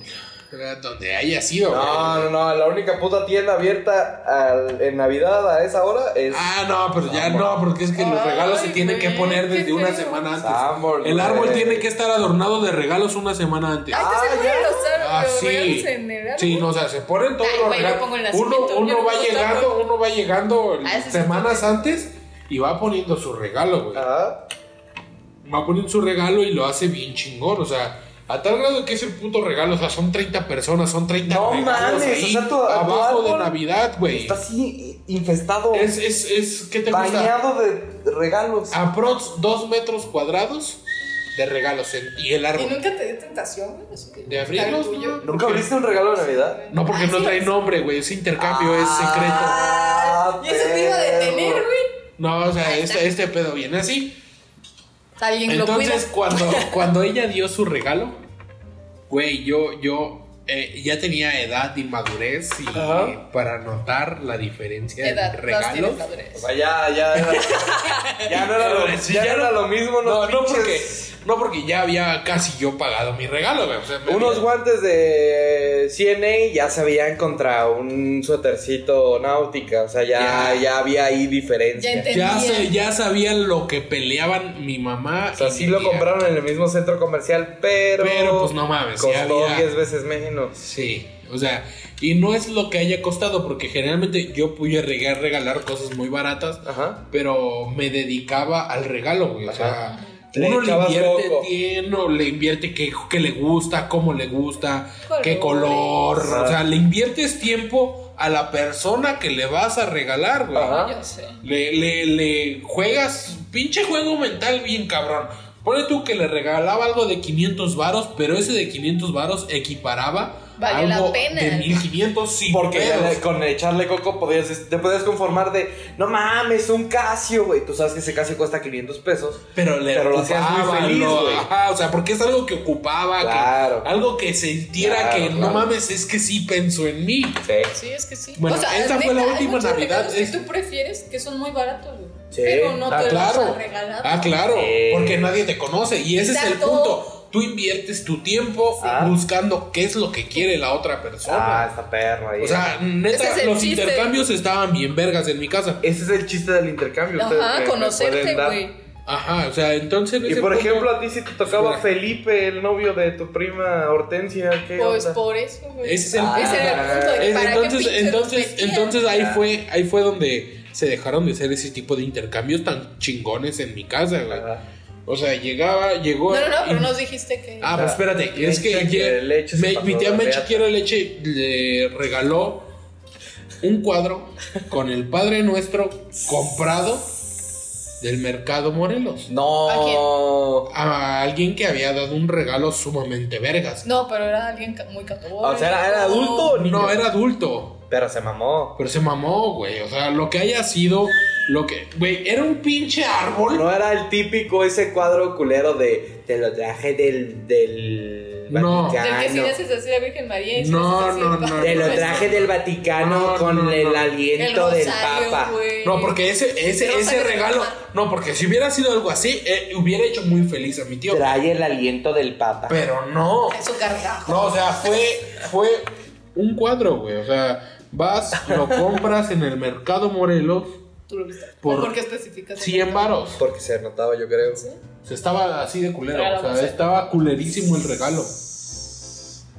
eh, donde haya sido. güey. No, no, no. La única puta tienda abierta al- en Navidad a esa hora es. Ah, no, pero ya Sanborns. no, porque es que los Ay, regalos se tienen güey, que poner qué desde una feo. semana antes. Sanborns, El árbol güey. tiene que estar adornado de regalos una semana antes. Ay, ¿te se ponen los Ah, árboles sí. en el árbol? Sí, no, o sea, se ponen todos Ay, los güey, yo regalos. pongo el Uno, nacimiento, yo uno no va puedo estar llegando, uno va llegando Ah, ese es semanas antes y va poniendo su regalo, güey. Ajá. va a poner su regalo y lo hace bien chingón. O sea, a tal grado que es el puto regalo. O sea, son 30 personas, son 30 No regalos mames, ahí o sea, tu- tu abajo de árbol Navidad, güey. Está así eh, infestado. Es, es, es, ¿qué te gusta? Ah, bañado de regalos. Aprox 2 metros cuadrados de regalos en- y el ¿Y árbol. nunca te dio tentación, güey? así ¿De Ah, abrirlos? tal tuyo? ¿Nunca abriste un regalo de Navidad? No, porque no trae nombre, güey. Ese intercambio es secreto. Ah, Y eso te iba a detener, perro. güey. No, o sea, este, este pedo viene así. Alguien lo cuida. Entonces, [LAUGHS] cuando, cuando ella dio su regalo, güey, yo, yo eh, ya tenía edad y madurez y Ajá. para notar la diferencia en Edad, dos tienes regalos. O madurez. sea, ya, ya. [LAUGHS] ya no era lo, Sí, ya ya no era lo mismo. No, unos no porque, pinches- no porque ya había casi yo pagado mi regalo, güey. o sea, me Unos había- guantes de CNA ya se veían contra un suétercito náutica. O sea, ya, Ya. ya había ahí diferencia. Ya entendí. ya, se- ya sabían lo que peleaban mi mamá. O sea, y sí mi lo tía. compraron en el mismo centro comercial, pero. Pero, pues, no mames, ya Costó había- 10 veces menos. Sí, o sea, y no es lo que haya costado, porque generalmente yo pude rega- regalar cosas muy baratas. Ajá. pero me dedicaba al regalo, güey. O sea, Le uno le echabas invierte coco. tiempo, le invierte qué, qué le gusta, cómo le gusta, qué Colores. color. O sea, le inviertes tiempo a la persona que le vas a regalar, güey. Ajá. Ya sé. Le, le, le juegas pinche juego mental bien cabrón. Pone tú que le regalaba algo de 500 varos, pero ese de 500 varos equiparaba Vale la algo pena. de 1500 sin Porque ya pedos. le- con echarle coco podías, te podías conformar de, no mames, un Casio, güey. Tú sabes que ese Casio cuesta 500 pesos. Pero le Pero lo hacías muy ocupaba, feliz, lo- güey. ajá, o sea, porque es algo que ocupaba, que- Claro. algo que sintiera Claro, que no claro. mames, es que sí pensó en mí. Ah, Sí. Sí, es que sí. Bueno, esta fue la neta, hay última muchos Navidad, regalos que es- tú prefieres que son muy baratos, güey. Sí. Pero no Ah, te los claro. han regalado. Ah, claro, Sí. porque nadie te conoce y ese es el Exacto. punto. Tú inviertes tu tiempo Ah. buscando qué es lo que quiere la otra persona. Ah, esta perra ahí. o sea, neta, Ese es el los chiste. intercambios estaban bien vergas en mi casa. ese es el chiste del intercambio. ustedes me- Ajá, me conocerte, pueden dar. güey. Ajá, o sea, entonces en Y ese por punto- ejemplo, a ti si te tocaba Espera. Felipe, el novio de tu prima Hortensia, ¿qué Pues onda? por eso, güey. Ese es el- Ese era el punto de Es- que para entonces, qué entonces, entonces ahí Ah. fue, ahí fue donde se dejaron de hacer ese tipo de intercambios tan chingones en mi casa, güey. Ajá. O sea, llegaba, llegó. No, no, no, pero y- nos dijiste que. Ah, pero espérate, Leche, es que quiere lle- leche, se me- pasó mi tía la Menchi beata. quiere leche le regaló un cuadro con el Padre Nuestro comprado del mercado Morelos. No. A alguien que había dado un regalo sumamente vergas. No, pero era alguien ca- muy católico. O sea, ¿era, era adulto o niño? No, era adulto. Pero se mamó. Pero se mamó, güey. O sea, lo que haya sido, lo que. Güey, era un pinche árbol. No era el típico ese cuadro culero de te lo traje del del No. Vaticano. Del que si le haces así la Virgen María. y si No, le haces así no, el Papa. no, Te lo traje del Vaticano No, con no, no. el El aliento del rosario, Papa. güey. No, porque ese, Pero ese, ese sabes- regalo. No, porque si hubiera sido algo así, eh, hubiera hecho muy feliz a mi tío. Trae el aliento del Papa. Pero no. Eso cargajo. No, o sea, fue, fue un cuadro, güey. O sea, vas, lo compras en el mercado Morelos, Tú lo viste. Por- ¿Por qué especificas? 100 varos. Porque se notaba, yo creo. O sea, estaba así de culero. Claro, O pues, sea, estaba culerísimo el regalo.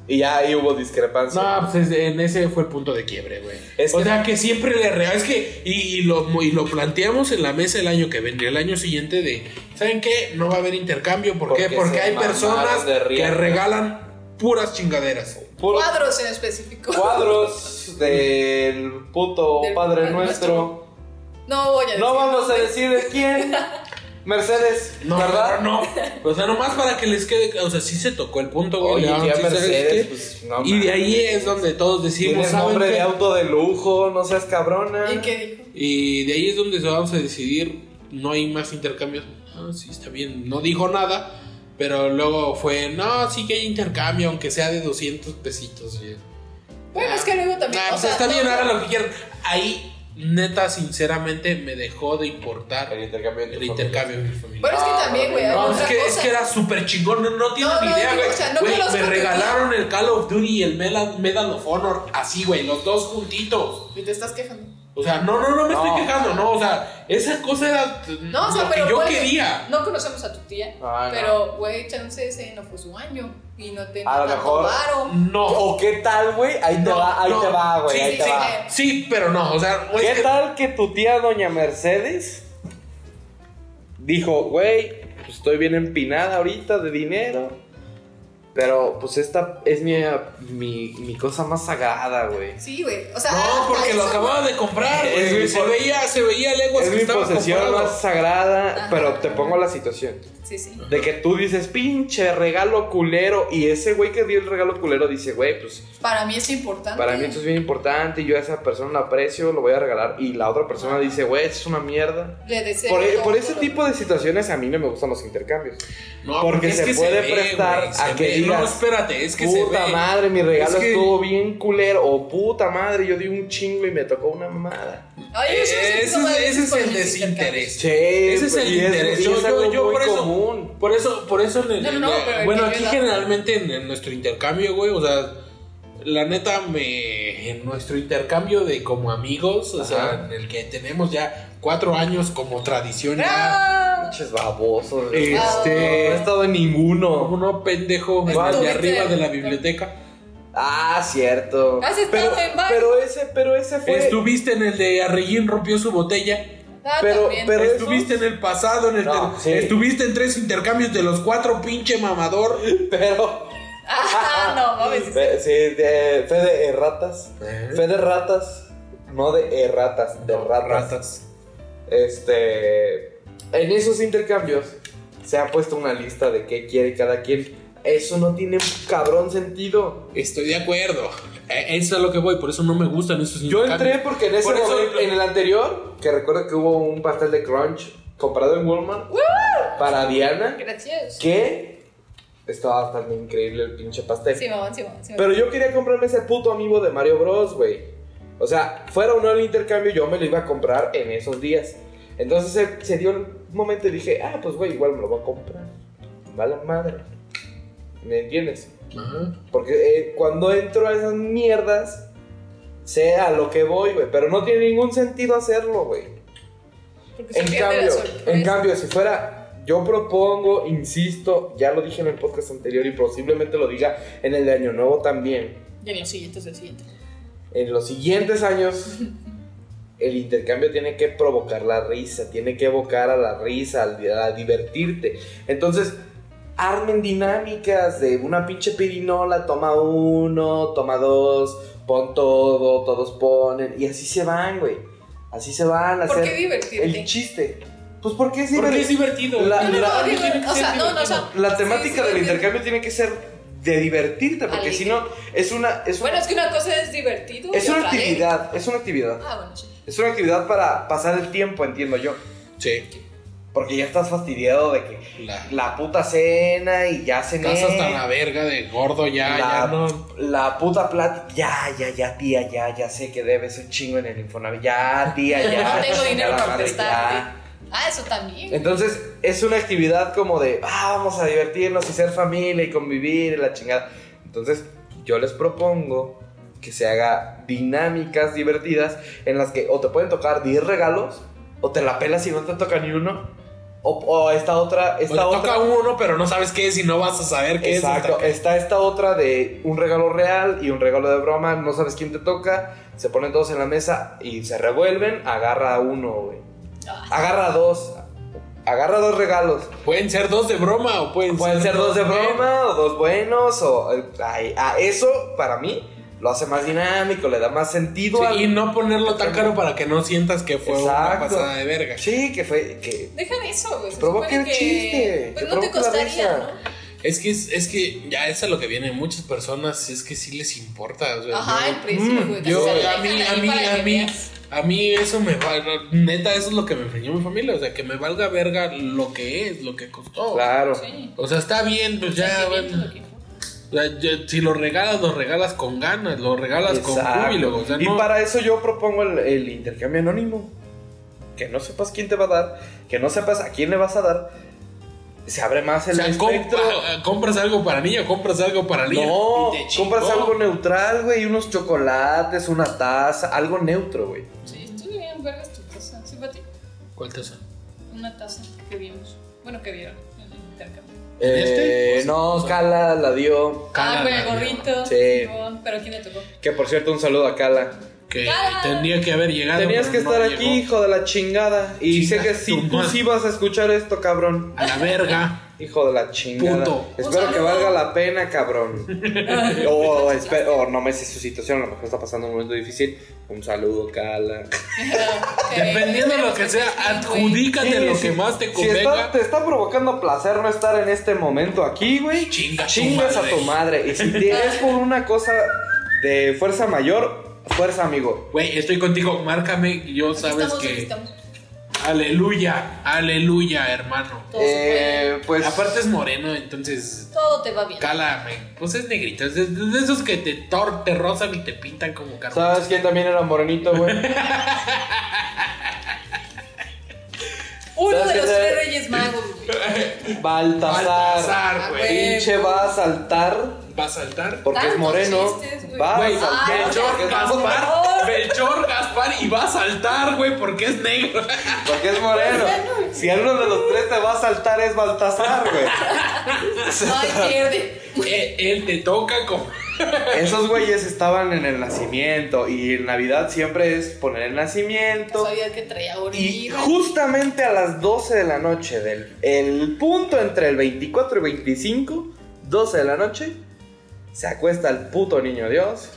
Y ya ahí hubo discrepancia. No, pues es- en ese fue el punto de quiebre, güey. Es o que- sea, que siempre le real. Es que, y, y lo, y lo planteamos en la mesa el año que vendría, el año siguiente de, ¿saben qué? No va a haber intercambio. ¿Por Porque qué? Porque se hay mamaron personas de riel. que regalan puras chingaderas. Puros Cuadros en específico. cuadros del puto Del Padre Padre Nuestro. No voy a decir. No vamos a nombres. decir de quién. Mercedes, No, ¿verdad? No, no. O sea, nomás para que les quede. O sea, sí se tocó el punto, güey. Oye, Ya, tía sí, ¿sabes Mercedes, qué? pues, no y de ahí mames. es donde todos decimos, Tienes ¿saben nombre qué? de auto de lujo, no seas cabrona. ¿Y qué dijo? Y de ahí es donde se vamos a decidir. No hay más intercambios. Ah, sí, está bien. No dijo nada. Pero luego fue, no, sí que hay intercambio, aunque sea de 200 pesitos. güey. Bueno, es que luego también. Ah, o pues sea, está no, bien, no, hagan lo que quieran. Ahí, neta, sinceramente, me dejó de importar El el, intercambio entre familias. intercambio de mi familia. Pero es que también, güey. hay No, es otra que, es cosa. que era súper chingón, no, no tienen No, ni no, idea, no, güey. o sea, no Güey, conozco me a tu regalaron el Call of Duty y el Mela- Medal of Honor, así, güey, los dos juntitos. Y te estás quejando. O sea, no, no, no me No. estoy quejando, no, o sea, esa cosa era No, o sea, lo pero. que yo ponle, quería. No conocemos a tu tía. Ah, no. Pero, güey, chance ese no fue su año. Y no te. A lo mejor- No. O qué tal, güey, ahí te No, va, ahí no. te va, güey, Sí, ahí sí, te sí. va. Sí, pero no, o sea, güey, es ¿Qué que- tal que tu tía Doña Mercedes dijo, güey, pues estoy bien empinada ahorita de dinero, pero pues esta es mi, mi, mi cosa más sagrada, güey. Sí, güey. O sea. No, hasta porque lo eso, acababa de comprar, güey. Es mi se po- veía, se veía leguas Es Pues que mi estaba posesión comprado. más sagrada, Ajá. pero te pongo la situación. Sí, sí. De que tú dices, pinche regalo culero, y ese güey que dio el regalo culero dice, güey, pues Para mí es importante. Para mí esto es bien importante y yo a esa persona la aprecio, lo voy a regalar. Y la otra Ah. persona dice, güey, esto es una mierda. Le deseo. Por, e, todo por lo ese mejor. tipo de situaciones a mí no me gustan los intercambios. No, porque es se que puede ve, prestar güey, se a que ve. No, digas, espérate, es que se puta ve. madre, mi regalo Es que- estuvo bien culero. O puta madre, yo di un chingo y me tocó una mamada. Ay, yo sí me Ese, siento mal es- ese es por el mis intercambios. desinterés. Che, ese es el y es- interés. y yo, es algo yo- yo muy por eso. común. Por eso, por eso en el- No, no, no, pero el bueno, que aquí yo la- generalmente en, en nuestro intercambio, güey, o sea, la neta me en nuestro intercambio de como amigos, o sea, Ajá. en el que tenemos ya cuatro años como tradición ya. Ah, Pinches babosos. güey. Este- No he estado en ninguno. Uno pendejo Estuviste de arriba de la en- biblioteca. Ah, cierto. Has estado Pero, en varios. pero ese, pero ese fue. Estuviste en el de Arreguín rompió su botella. ah, Pero- también. pero- Estuviste en el pasado, en el No, ter- sí. estuviste en tres intercambios de los cuatro pinche mamador. Pero. [LAUGHS] Ah, Ah, no, mames. Fe, sí, de, fe de erratas. Fe de ratas. No de erratas, de ratas. Este. En esos intercambios se ha puesto una lista de qué quiere cada quien. Eso no tiene un cabrón sentido. Estoy de acuerdo. Eh, Eso es lo que voy, por eso no me gustan esos Yo intercambios. entré porque en ese Por eso- momento, en el anterior, que recuerdo que hubo un pastel de crunch comprado en Walmart para Diana, Gracias. que estaba bastante increíble el pinche pastel. Sí, mamón, sí, mamón. Sí, mamón. Pero yo quería comprarme ese puto amigo de Mario Bros, güey. O sea, fuera o no el intercambio, yo me lo iba a comprar en esos días. Entonces se, se dio un momento y dije, ah, pues güey, igual me lo voy a comprar. Va la madre. ¿Me entiendes? Ajá. Porque eh, cuando entro a esas mierdas, sé a lo que voy, güey. Pero no tiene ningún sentido hacerlo, güey. Porque se En pierde la cambio, sorpresa. en cambio, si fuera, yo propongo, insisto, ya lo dije en el podcast anterior y posiblemente lo diga en el de Año Nuevo también. Ya ni los siguientes, el siguiente. en los siguientes años [LAUGHS] el intercambio tiene que provocar la risa, tiene que evocar a la risa, al- a divertirte. Entonces, armen dinámicas de una pinche pirinola, toma uno, toma dos, pon todo, todos ponen, y así se van, güey. Así se van a ¿Por qué hacer divertirte? el chiste. Pues porque es Porque divertido. es divertido. La- No, no, la- no, digo, tiene que o ser sea, no, no, o sea, La sí, temática sí, del sí. intercambio tiene que ser de divertirte, porque Alegre. si no, es una, es, Bueno, es que una cosa es divertido. es y una otra alegre. actividad, es una actividad. Ah, bueno, sí. Es una actividad para pasar el tiempo, entiendo yo. Sí. Porque ya estás fastidiado de que La la puta cena y ya cené. casa hasta la verga de gordo ya, ya la, no. la puta plática. Ya, ya, ya, tía, ya, ya sé que debes un chingo en el Infonavit. Ya, tía, ya. No tengo dinero chingada para madre, prestar. ya. Ah, eso también. Entonces, es una actividad como de, ah, vamos a divertirnos y ser familia y convivir y la chingada. Entonces, yo les propongo que se haga dinámicas divertidas en las que o te pueden tocar 10 regalos, o te la pelas y no te toca ni uno, o, o esta otra, O te esta otra. toca uno, pero no sabes qué es y no vas a saber qué Exacto, es. está esta otra de un regalo real y un regalo de broma, no sabes quién te toca, se ponen todos en la mesa y se revuelven, agarra uno, güey. Agarra dos, agarra dos regalos. Pueden ser dos de broma o pueden, Pueden ser dos de broma o dos buenos o ay, ah, eso para mí lo hace más dinámico, le da más sentido Sí, al- y no ponerlo tan caro para que no sientas que fue una Exacto. pasada de verga. Sí, que fue que Dejan eso, güey. Se Provoca supone el que- chiste, Pues que no te provoca la costaría, risa. ¿no? Es que es, es que ya eso es lo que viene. Muchas personas es que sí les importa. o sea, Ajá, yo- el Mm, precio, güey. Yo, Casi se a mí, dejan a ahí mí, para que a mí, veas. a mí eso me va, neta, eso es lo que me enseñó mi familia, o sea, que me valga verga lo que es, lo que costó. claro. Sí. O sea, está bien, pues ya, Sentimiento, bueno, lo que importa. o sea, ya, si lo regalas, lo regalas con ganas, lo regalas con Exacto. júbilo, o sea, Y no, para eso yo propongo el, el intercambio anónimo. Que no sepas quién te va a dar, que no sepas a quién le vas a dar. Se abre más o el sea, espectro. compa- [LAUGHS] compras algo para niño, compras algo para niño. No, y te chingó. compras algo neutral, güey, unos chocolates, una taza, algo neutro, güey. Sí, estuvo bien, vergas tu taza. Sí, para ti. ¿Cuál te hace? Una taza que vimos. Bueno, que vieron en el intercambio. ¿En Eh, este? No, Cala la dio. Cala, ah, con el la mierda. gorrito. Sí. Simón, Pero ¿quién le tocó? Que por cierto, un saludo a Cala. Que Cala. tendría que haber llegado. Tenías que pero Ah, no estar llegó. aquí, hijo de la chingada. Y Chinga sé que tu si tú madre. sí vas a escuchar esto, cabrón. A la verga. [LAUGHS] Hijo de la chingada. Punto. Espero que saludo. valga la pena, [LAUGHS] cabrón. o, espe- o no me sé su situación, a lo mejor está pasando un momento difícil. Un saludo, Cala. Dependiendo de lo que sea, adjudícate Sí, lo sí. que más te [LAUGHS] Si está- convenga. te está provocando placer no estar en este momento aquí, güey, Chinga tu chingas a madre. tu madre. Y si te es por una cosa de fuerza mayor, fuerza, amigo. Güey, estoy contigo, márcame, yo sabes Estamos, que... aquí estamos. Aleluya, aleluya, hermano. Todo se puede. Eh, pues. Aparte es moreno, entonces... Todo te va bien. Cálame, pues es negrito, es de, de esos que te, tor te rozan y te pintan como carne. ¿Sabes quién también era morenito, güey? [LAUGHS] Uno de ¿Sabes los qué tres sabe? reyes magos, [LAUGHS] güey. Baltasar. Baltasar, güey. Pinche va a saltar Va a saltar. porque es Tantos moreno. chistes, güey. Va Güey, a saltar. porque Melchor es- Gaspar, Melchor Gaspar y va a saltar, güey, porque es negro. [LAUGHS] Porque es moreno. Si alguno de los tres te va a saltar es Baltasar, güey. Ay, pierde. Eh, él te toca como... Esos güeyes estaban en el nacimiento y en Navidad siempre es poner el nacimiento. Sabía que traía Y orilla. justamente a las 12 de la noche, del el punto entre el 24 y 25, 12 de la noche, se acuesta el puto niño Dios.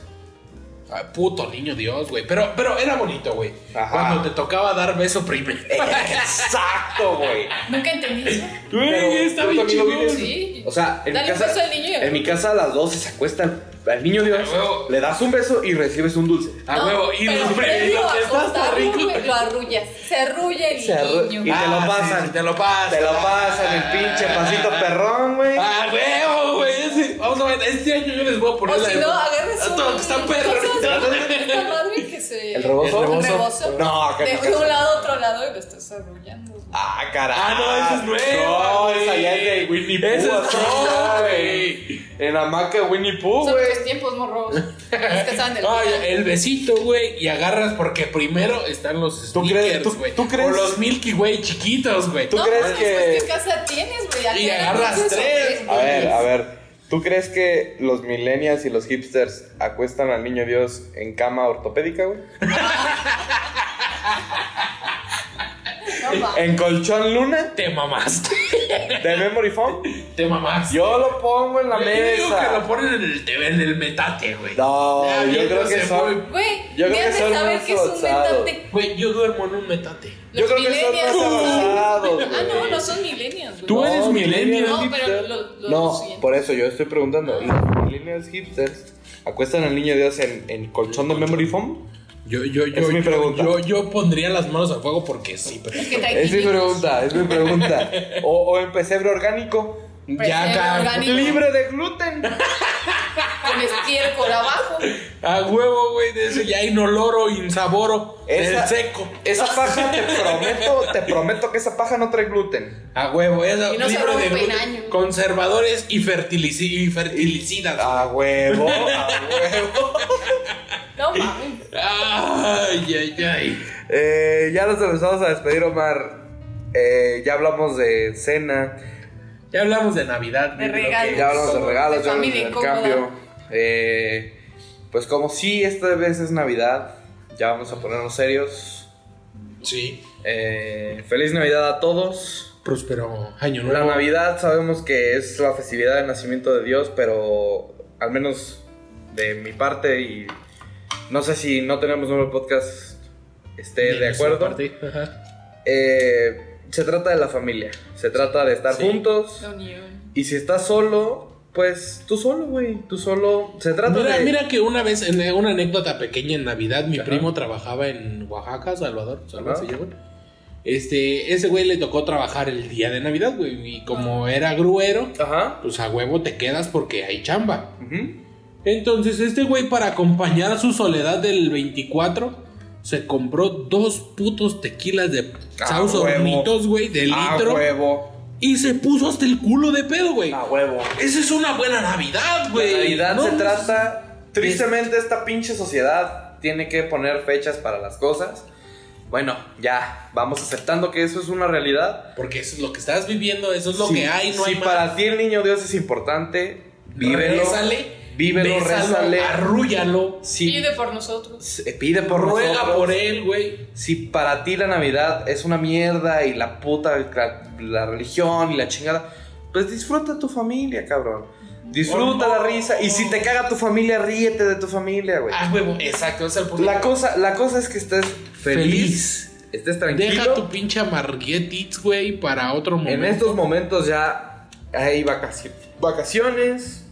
Ah, puto niño Dios, güey. Pero, pero era bonito, güey. Ajá. Eh, Cuando te tocaba dar beso primero. Exacto, güey. Nunca entendí eso. [LAUGHS] Güey, Pero está tú bien también lo chingón. vives. Sí. O sea, en mi Dale casa. beso al niño y al En mi casa a las 12 se acuesta al, al niño Dios, Ah, huevo. le das un beso y recibes un dulce. A Ah, huevo. Y pero los pre- previo lo a que está hasta acostarlo, rico. güey, Lo arrullas. Se arrulla el Se arru- niño. y te lo Ah, sí, pasan. sí, te lo pasan. Te lo pasan, el pinche pasito [LAUGHS] perrón, güey. Ah, huevo, güey. ese- Vamos a ver, este año yo les voy a poner O si no, agarras A un... todo lo que está perro. [LAUGHS] cosas, esta madre que se... ¿El rebozo? El ¿El rebozo. No, que de, no, de que- un lado a otro lado y lo estás arrullando. güey. Ah, carajo. Ah, no, ese es nuevo, No, esa ya güey. es de Winnie Pooh. Ese es así, nuevo, güey. En hamaca de Winnie Pooh, Son güey. otros tiempos, [LAUGHS] morro. Es que saben del Oh, Ay, el besito, güey, y agarras porque primero están los ¿Tú crees- sneakers, tú- güey. tú crees- O los Milky Way chiquitos, güey. ¿Tú no, crees mames, que- pues, ¿qué casa tienes, güey? ¿A Y qué hora agarras haces eso, tres, güey? A ver, a ver. ¿Tú crees que los millennials y los hipsters acuestan al niño Dios en cama ortopédica, güey? No va. ¿En colchón luna? [LAUGHS] Te mamaste. ¿De memory foam? Te mamaste. Yo lo pongo en la Yo digo que lo mesa. ponen en el TV, en el metate, güey. Ya, No, yo creo viéndose que son. muy- Güey, Yo creo ya que se son sabe más que es un avanzados. metate. Güey, yo duermo en un metate. Yo creo que son más avanzados, Ah, no, güey. no son millennials, güey. Tú No, eres millennial. No, pero lo- lo no, siguiente. por eso yo estoy preguntando. ¿Los millennials hipsters acuestan al niño Dios en, en colchón de memory foam? Yo, yo, yo, Es mi yo, pregunta. yo, yo pondría las manos al fuego porque sí, pero Es que Es mi tranquilo. pregunta, es mi pregunta. O, o en pesebre orgánico. ya acá. orgánico. Libre de gluten. Con estiércol abajo. A huevo, güey, de ese ya inoloro, insaboro, Esa- del seco. Esa paja, te prometo, te prometo que esa paja no trae gluten. A huevo, esa Y no se libre de rompen gluten, años. conservadores y, fertilici- y fertilicidas. A huevo, a huevo. [LAUGHS] No mames. Ay, ay, ay. Eh, ya nos empezamos a despedir, Omar. Eh, ya hablamos de cena, Ya hablamos de Navidad. De güey, lo regalos. ya hablamos de regalos, De ya hablamos familia del incómoda. cambio. Eh, pues como sí, esta vez es Navidad, ya vamos a ponernos serios. que- Sí, Eh, feliz Navidad a todos. próspero año nuevo. La Navidad sabemos que es la festividad del nacimiento de Dios, pero al menos de mi parte y no sé si no tenemos nuevo podcast esté de, nuestra acuerdo. parte. Ajá. Eh, se trata de la familia, se trata de estar Sí. juntos La unión. y si estás solo, pues tú solo, güey, tú solo. Se trata Mira, de mira que una vez, en eh, una anécdota pequeña en Navidad, mi Ajá. primo trabajaba en Oaxaca, Salvador, Salvador Ajá. se llama. Este, ese güey le tocó trabajar el día de Navidad, güey, y como era gruero, Ajá. pues a huevo te quedas porque hay chamba. Ujú. Entonces este güey para acompañar a su soledad del 24 se compró dos putos tequilas de A sauce huevo. hornitos, güey, de A litro. huevo. Y se puso hasta el culo de pedo, güey. A huevo. Esa es una buena Navidad, güey. La Navidad No, se pues, trata. Tristemente, esta pinche sociedad tiene que poner fechas para las cosas. Bueno, ya, vamos aceptando que eso es una realidad. Porque eso es lo que estás viviendo, eso es lo Si- que hay, no si hay más. para ti el niño Dios es importante, vívelo. Rézale, vívelo, bésalo, rézale. arrúllalo, Si- Pide por nosotros. se- pide por ruega nosotros. por él, güey. Si para ti la Navidad es una mierda y la puta, la, la religión y la chingada, pues disfruta tu familia, cabrón. Disfruta Oh, no. la risa. Y si te caga tu familia, ríete de tu familia, güey. Ah, huevo, exacto, ese es el punto. La cosa, la cosa es que estés feliz, feliz. estés tranquilo. Deja tu pinche amarguetitis, güey, para otro momento. En estos momentos ya hay vacaci- vacaciones.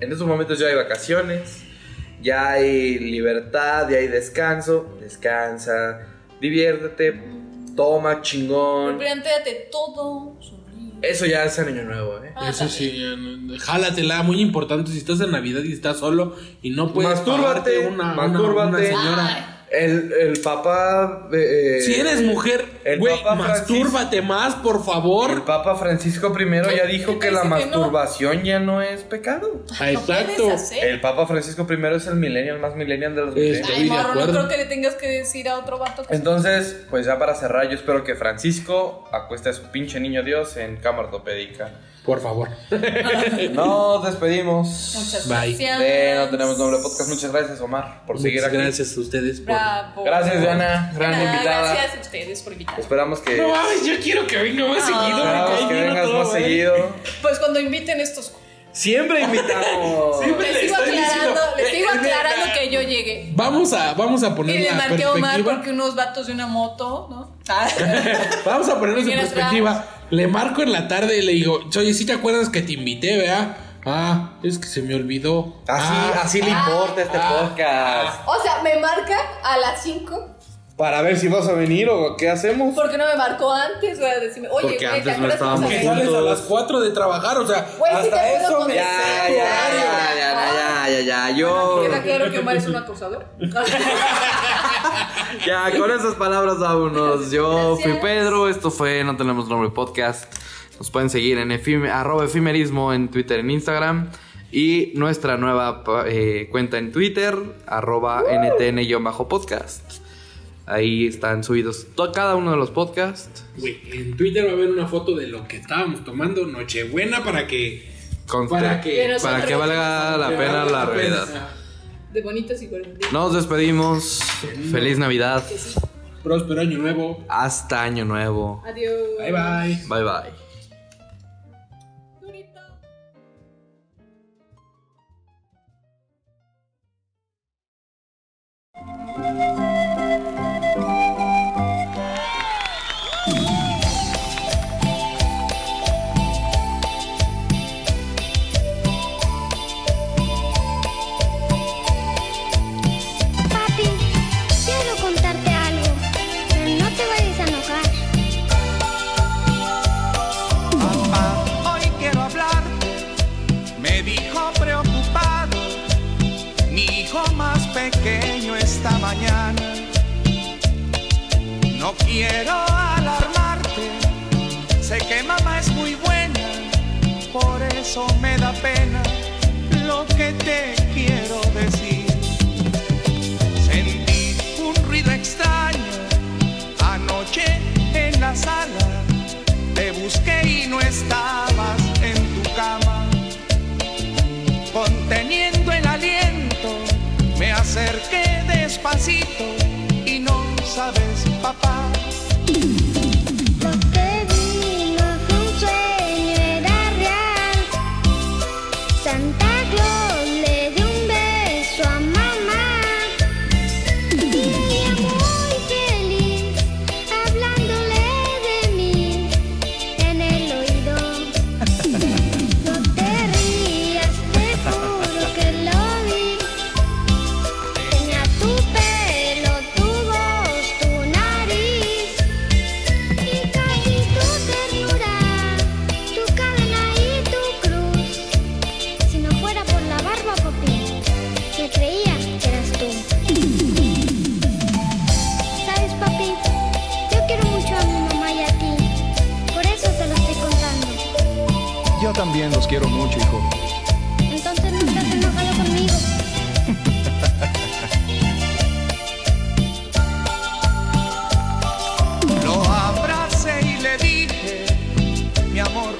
En estos momentos ya hay vacaciones. Ya hay libertad, ya hay descanso. Descansa, diviértete, toma chingón. Plantéate todo. sonríe. Eso ya es el año nuevo, ¿eh? Ah, Eso también. sí, ya no- jálatela, muy importante si estás en Navidad y estás solo y no puedes Mastúrbate, pagarte una, una- mastúrbate. una señora. El, el papá. eh, si eres mujer, el güey, Papa mastúrbate más, por El favor. Papa Francisco I ya dijo que la Dice que no. masturbación ya no es pecado. Ah, No Exacto. puedes hacer. El Papa Francisco I es el millennial más millennial de los Este, millennials. Ay, de morro, no acuerdo. creo que le tengas que decir a otro vato que Entonces, pues ya para cerrar, yo espero que Francisco acueste a su pinche niño Dios en cama ortopédica. Por favor. Nos despedimos. Muchas Bye. gracias. De No Tenemos Nombre Podcast. Muchas gracias, Omar, por seguir Muchas aquí. gracias a ustedes por. Bravo. Gracias, Diana. Gran Nada, invitada. Gracias a ustedes por invitarme. Esperamos que, No mames, yo quiero que venga más seguido. me esperamos cae que bien a vengas todo, más güey. seguido. Pues cuando inviten estos. Siempre [LAUGHS] invitamos. Siempre Les le sigo estoy aclarando, diciendo- les [LAUGHS] sigo Eh, aclarando mira, que yo llegué. Vamos a, vamos a Y poner le la marqué a Omar perspectiva. porque unos vatos de una moto, ¿no? Ah, [LAUGHS] Vamos a ponernos en Mira, perspectiva. Le marco en la tarde y le digo, oye, si te acuerdas que te invité, ¿verdad? Ah, es que se me olvidó. Así, Ah, así le importa este podcast. [LAUGHS] O sea, me marca a las 5 Para ver si vas a venir o qué hacemos. porque no me marcó antes, güey, a decirme, oye, Porque güey, ¿te antes no acuerdas estábamos que ah, Que nos sales a juntos. las 4 de trabajar, o sea, Güey, sí te hasta puedo eso me contestar, Ya, ya, saco. ya, ya, ya, ya, ya, yo. ¿Queda claro que Omar es [LAUGHS] un acosador? Ya, con esas palabras vámonos. Yo fui Gracias. Pedro, esto fue No Tenemos Nombre Podcast. Nos pueden seguir en efime- arroba efimerismo en Twitter, en Instagram. Y nuestra nueva pa- eh, cuenta en Twitter, arroba ntn-podcast. Ahí están subidos to- cada uno de los podcasts. Güey, en Twitter va a haber una foto de lo que estábamos tomando Nochebuena para que. Conste. Para que. Pero- Para que valga la pena la realidad. De bonitos y gorditos. Nos despedimos. Feliz Navidad. Que sí. Próspero año nuevo. Hasta Año Nuevo. Adiós. Bye bye. Bye bye. Bonito. Papi, quiero contarte algo. No te vayas a enojar. Papá, hoy quiero hablar. Me dijo preocupado. Mi hijo más pequeño esta mañana. No quiero alarmarte. Sé que mamá es muy buena. Por eso me da pena lo que te quiero decir. Sentí un ruido extraño anoche en la sala. Te busqué y no estabas en tu cama. Conteniendo el aliento, me acerqué despacito y no sabes, papá, Lo que vi no fue un sueño, era real. Santa Claus le dio un beso a mamá. Un día muy feliz, hablándole de mí en el oído. No te rías, te juro que lo vi. Tenía tu pelo, tu voz, tu nariz. Y casi tu ternura, tu cadena y tu cruz. Si no fuera por la barba, papi, que creía que eras tú. ¿Sabes, papi? Yo quiero mucho a mi mamá y a ti. Por eso te lo estoy contando. Yo también los quiero mucho, hijo. Entonces no estás enojado conmigo. lo abracé y le dije, mi amor,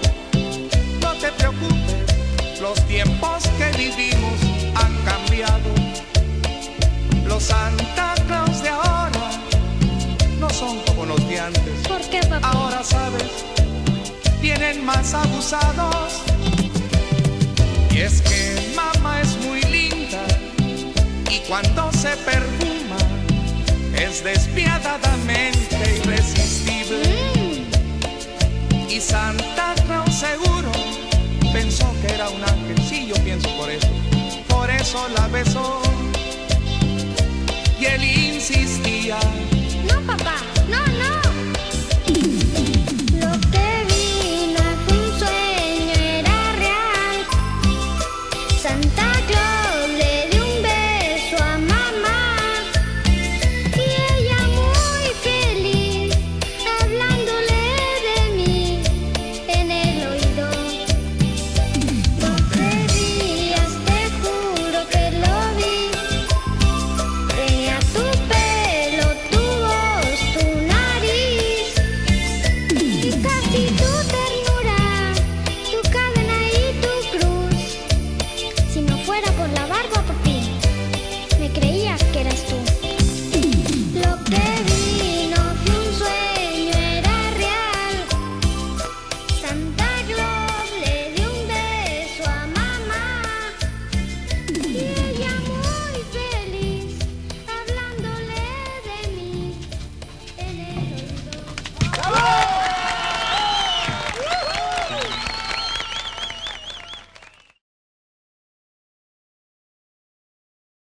no te preocupes, los tiempos que vivimos han cambiado. Los Santa Claus de ahora no son como los de antes. ¿Por qué, papá? Ahora sabes, vienen más abusados. Y es que mamá es muy linda y cuando se perfuma es despiadadamente irresistible. Mm, Y Santa Claus seguro pensó que era un ángel. Sí, yo pienso por eso. Por eso la besó y él insistía.